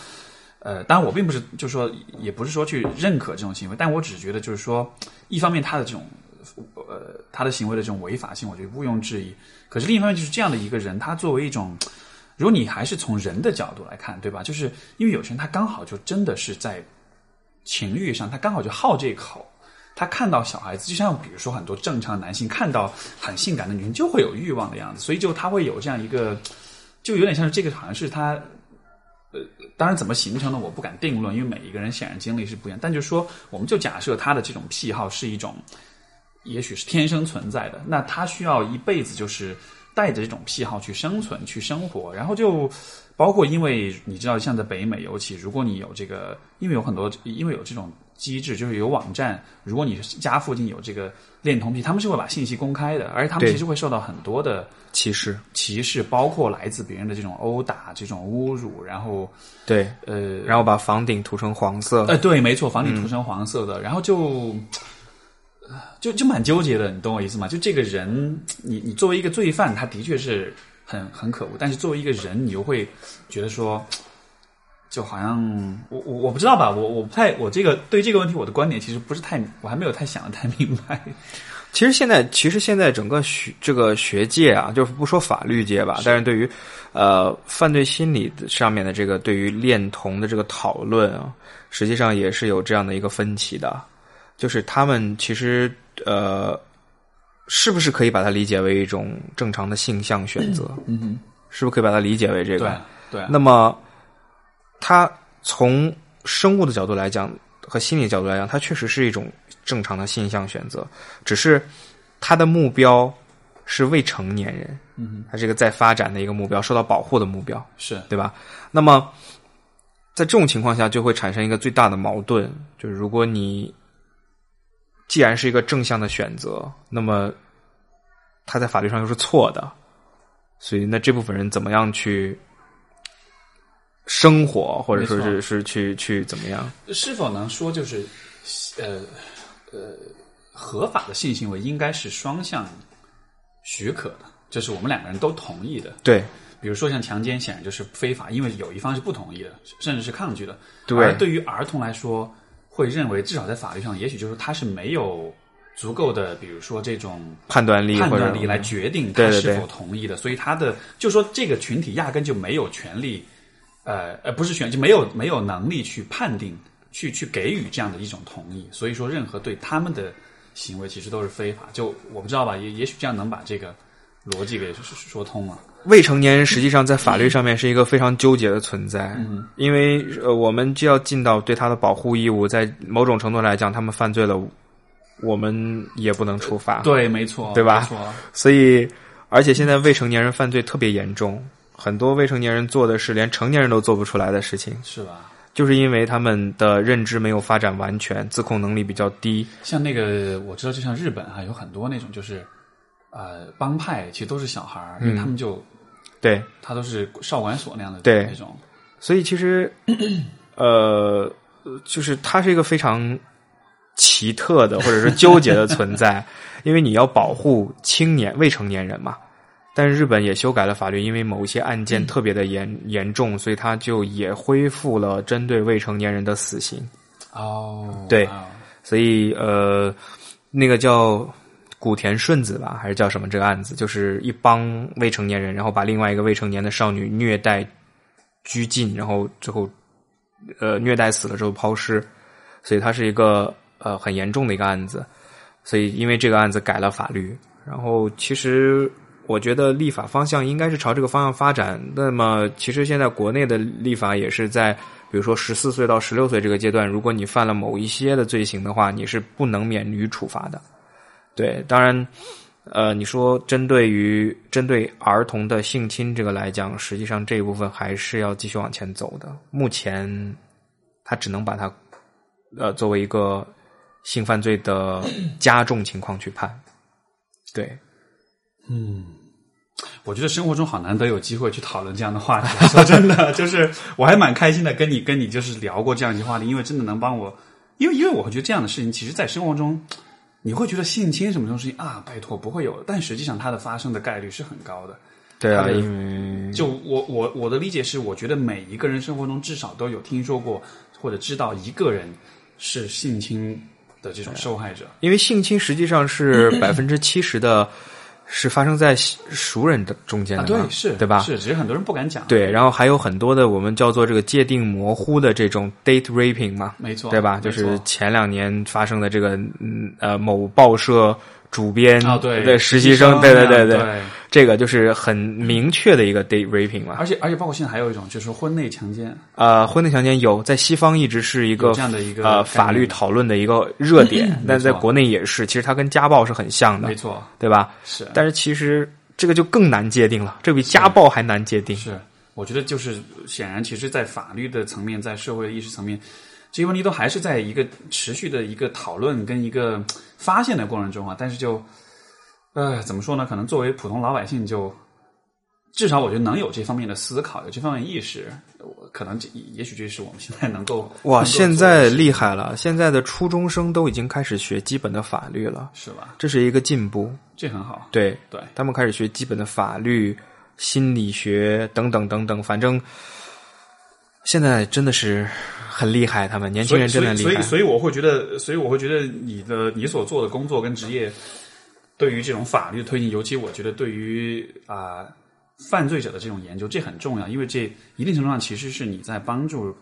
呃，当然我并不是就说也不是说去认可这种行为，但我只是觉得就是说，一方面他的这种呃他的行为的这种违法性，我觉得毋庸置疑，可是另一方面就是这样的一个人，他作为一种如果你还是从人的角度来看，对吧？就是因为有些人他刚好就真的是在情欲上，他刚好就好这口，他看到小孩子，就像比如说很多正常男性看到很性感的女性就会有欲望的样子，所以就他会有这样一个，就有点像是这个好像是他。呃，当然怎么形成的我不敢定论，因为每一个人显然经历是不一样。但就说，我们就假设他的这种癖好是一种，也许是天生存在的，那他需要一辈子就是带着这种癖好去生存、去生活，然后就包括因为你知道，像在北美，尤其如果你有这个，因为有很多，因为有这种机制，就是有网站，如果你家附近有这个恋童癖，他们是会把信息公开的，而且他们对其实会受到很多的歧视，歧视，包括来自别人的这种殴打、这种侮辱，然后对，呃。然后把房顶涂成黄 色，呃，对，没错，房顶涂成黄色的，然后就。呃就就蛮纠结的，你懂我意思吗？就这个人，你你作为一个罪犯，他的确是很很可恶，但是作为一个人，你又会觉得说，就好像我我我不知道吧，我我不太我这个对这个问题我的观点其实不是太，我还没有太想的太明白。 其实现在，其实现在整个学这个学界啊，就是不说法律界吧，但是对于呃犯罪心理上面的这个对于恋童的这个讨论啊，实际上也是有这样的一个分歧的，就是他们其实呃，是不是可以把它理解为一种正常的性向选择？嗯哼，是不是可以把它理解为这个？对对，啊那么，它从生物的角度来讲和心理角度来讲，它确实是一种正常的性向选择，只是它的目标是未成年人，嗯它是一个在发展的一个目标，受到保护的目标，哼，是对吧？那么，在这种情况下，就会产生一个最大的矛盾，就是如果你既然是一个正向的选择，那么它在法律上又是错的，所以那这部分人怎么样去生活，或者说没错是是去去怎么样？是否能说就是，呃呃，合法的性行为应该是双向许可的，就是我们两个人都同意的。对比如说像强奸，显然就是非法，因为有一方是不同意的，甚至是抗拒的。对而对于儿童来说，会认为至少在法律上，也许就是他是没有足够的，比如说这种判断力判或者断力来决定对他对是对否同意的，所以他的就说这个群体压根就没有权利，呃呃，不是权就没有没有能力去判定，去去给予这样的一种同意，所以说任何对他们的行为其实都是非法。就我不知道吧，也也许这样能把这个逻辑给说说通了。未成年人实际上在法律上面是一个非常纠结的存在，因为呃，我们就要尽到对他的保护义务，在某种程度来讲，他们犯罪了，我们也不能处罚，对，没错，对吧没错，所以，而且现在未成年人犯罪特别严重，很多未成年人做的是连成年人都做不出来的事情，是吧？就是因为他们的认知没有发展完全，自控能力比较低，像那个我知道，就像日本啊，有很多那种就是呃帮派，其实都是小孩嗯儿，因为他们就对，他都是少管所那样的对那种。所以其实，呃，就是它是一个非常奇特的或者是纠结的存在，因为你要保护青年未成年人嘛。但是日本也修改了法律，因为某些案件特别的严、严重，所以它就也恢复了针对未成年人的死刑。哦，对哇哦所以呃，那个叫古田顺子吧，还是叫什么这个案子，就是一帮未成年人，然后把另外一个未成年的少女虐待、拘禁，然后最后呃虐待死了之后抛尸，所以它是一个呃很严重的一个案子。所以因为这个案子改了法律，然后其实。我觉得立法方向应该是朝这个方向发展。那么，其实现在国内的立法也是在比如说十四岁到十六岁这个阶段，如果你犯了某一些的罪行的话，你是不能免于处罚的。对，当然，呃，你说针对于针对儿童的性侵这个来讲，实际上这一部分还是要继续往前走的。目前，他只能把它呃作为一个性犯罪的加重情况去判。对，我觉得生活中好难得有机会去讨论这样的话题。 说真的，就是我还蛮开心的，跟你跟你就是聊过这样一些话题，因为真的能帮我，因为因为我会觉得这样的事情，其实在生活中，你会觉得性侵什么东西啊，拜托不会有的，但实际上它的发生的概率是很高的。对他啊，的因为就我我我的理解是，我觉得每一个人生活中至少都有听说过或者知道一个人是性啊侵的这种受害者。 因为性侵实际上是百分之七十的是发生在熟人的中间啊，的嘛、对，是，对吧？是，只是很多人不敢讲。，对，然后还有很多的我们叫做这个界定模糊的这种 date raping 嘛，没错，对吧？就没错是前两年发生的这个，嗯呃，某报社主编啊，对对实实习习生，对对对对对，这个就是很明确的一个 date raping 嘛。而且而且包括现在还有一种就是婚内强奸，呃，婚内强奸有在西方一直是一有个这样的一个呃概念嗯法律讨论的一个热点，但在没错国内也是，其实它跟家暴是很像的没，错，对吧？啊是但是其实这个就更难界定了，这比家暴还难界定。是，我觉得就是显然，其实，在法律的层面，在社会的意识层面，这些问题都还是在一个持续的一个讨论跟一个呃发现的过程中啊。但是就，呃，怎么说呢？可能作为普通老百姓就。至少我觉得能有这方面的思考，有这方面意识，我可能这也许这是我们现在能够能哇，够现做在的事厉害了！现在的初中生都已经开始学基本的法律了，是吧？这是一个进步。这很好，对对他们开始学基本的法律、心理学等等等等，反正现在真的是很厉害，他们年轻所以人真的厉所以所害以，。所以我会觉得，所以我会觉得你的你所做的工作跟职业，对于这种法律的推进，尤其我觉得对于啊、犯罪者的这种研究，这很重要，因为这一定程度上其实是你在帮助，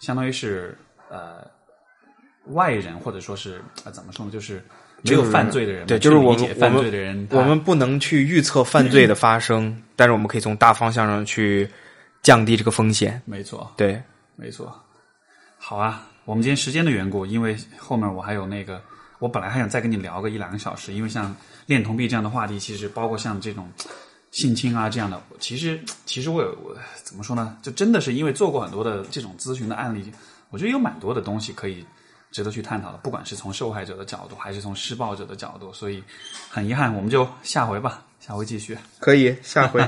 相当于是呃外人或者说是、呃、怎么说呢，就是没有就是犯罪的人嘛，对就是去我理们解犯罪的人，我们不能去预测犯罪的发生，但是我们可以从大方向上去降低这个风险。没错，对，没错。好啊，我们今天时间的缘故，因为后面我还有那个，我本来还想再跟你聊个一两个小时，因为像恋童癖这样的话题，其实包括像这种性侵啊这样的，其实其实我有我怎么说呢？就真的是因为做过很多的这种咨询的案例，我觉得有蛮多的东西可以值得去探讨的，不管是从受害者的角度，还是从施暴者的角度，所以很遗憾，我们就下回吧，下回继续。可以下回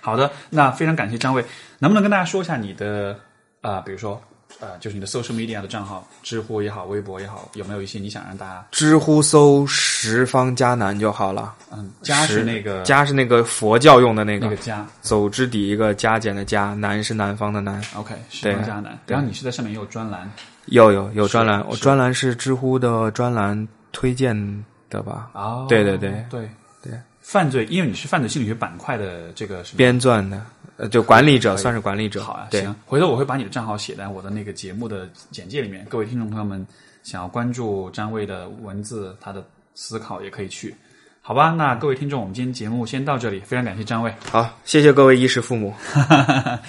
好的，那非常感谢张卫，能不能跟大家说一下你的啊、呃比如说呃，就是你的 social media 的账号，知乎也好，微博也好，有没有一些你想让大家知乎搜“十方迦南”就好了。嗯，加是十那个加是那个佛教用的那那个个加走之底一个加减的加，南是南方的南。 ，OK，时光对迦南。对然后你是在上面也有专栏，有有有专栏，是我专栏是知乎的专栏推荐的吧？哦，对对对对对，犯罪，因为你是犯罪心理学板块的这个是吧？编撰的，呃，就管理者算是管理者。好啊，对行，，回头我会把你的账号写在我的那个节目的简介里面，各位听众朋友们想要关注张卫的文字，他的思考也可以去。好吧，那各位听众，我们今天节目先到这里，非常感谢张卫， 好，谢谢各位衣食父母，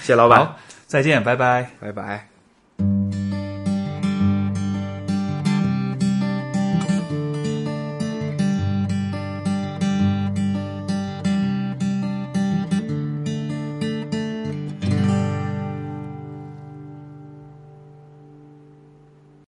谢谢老板，好，再见，拜拜。拜拜。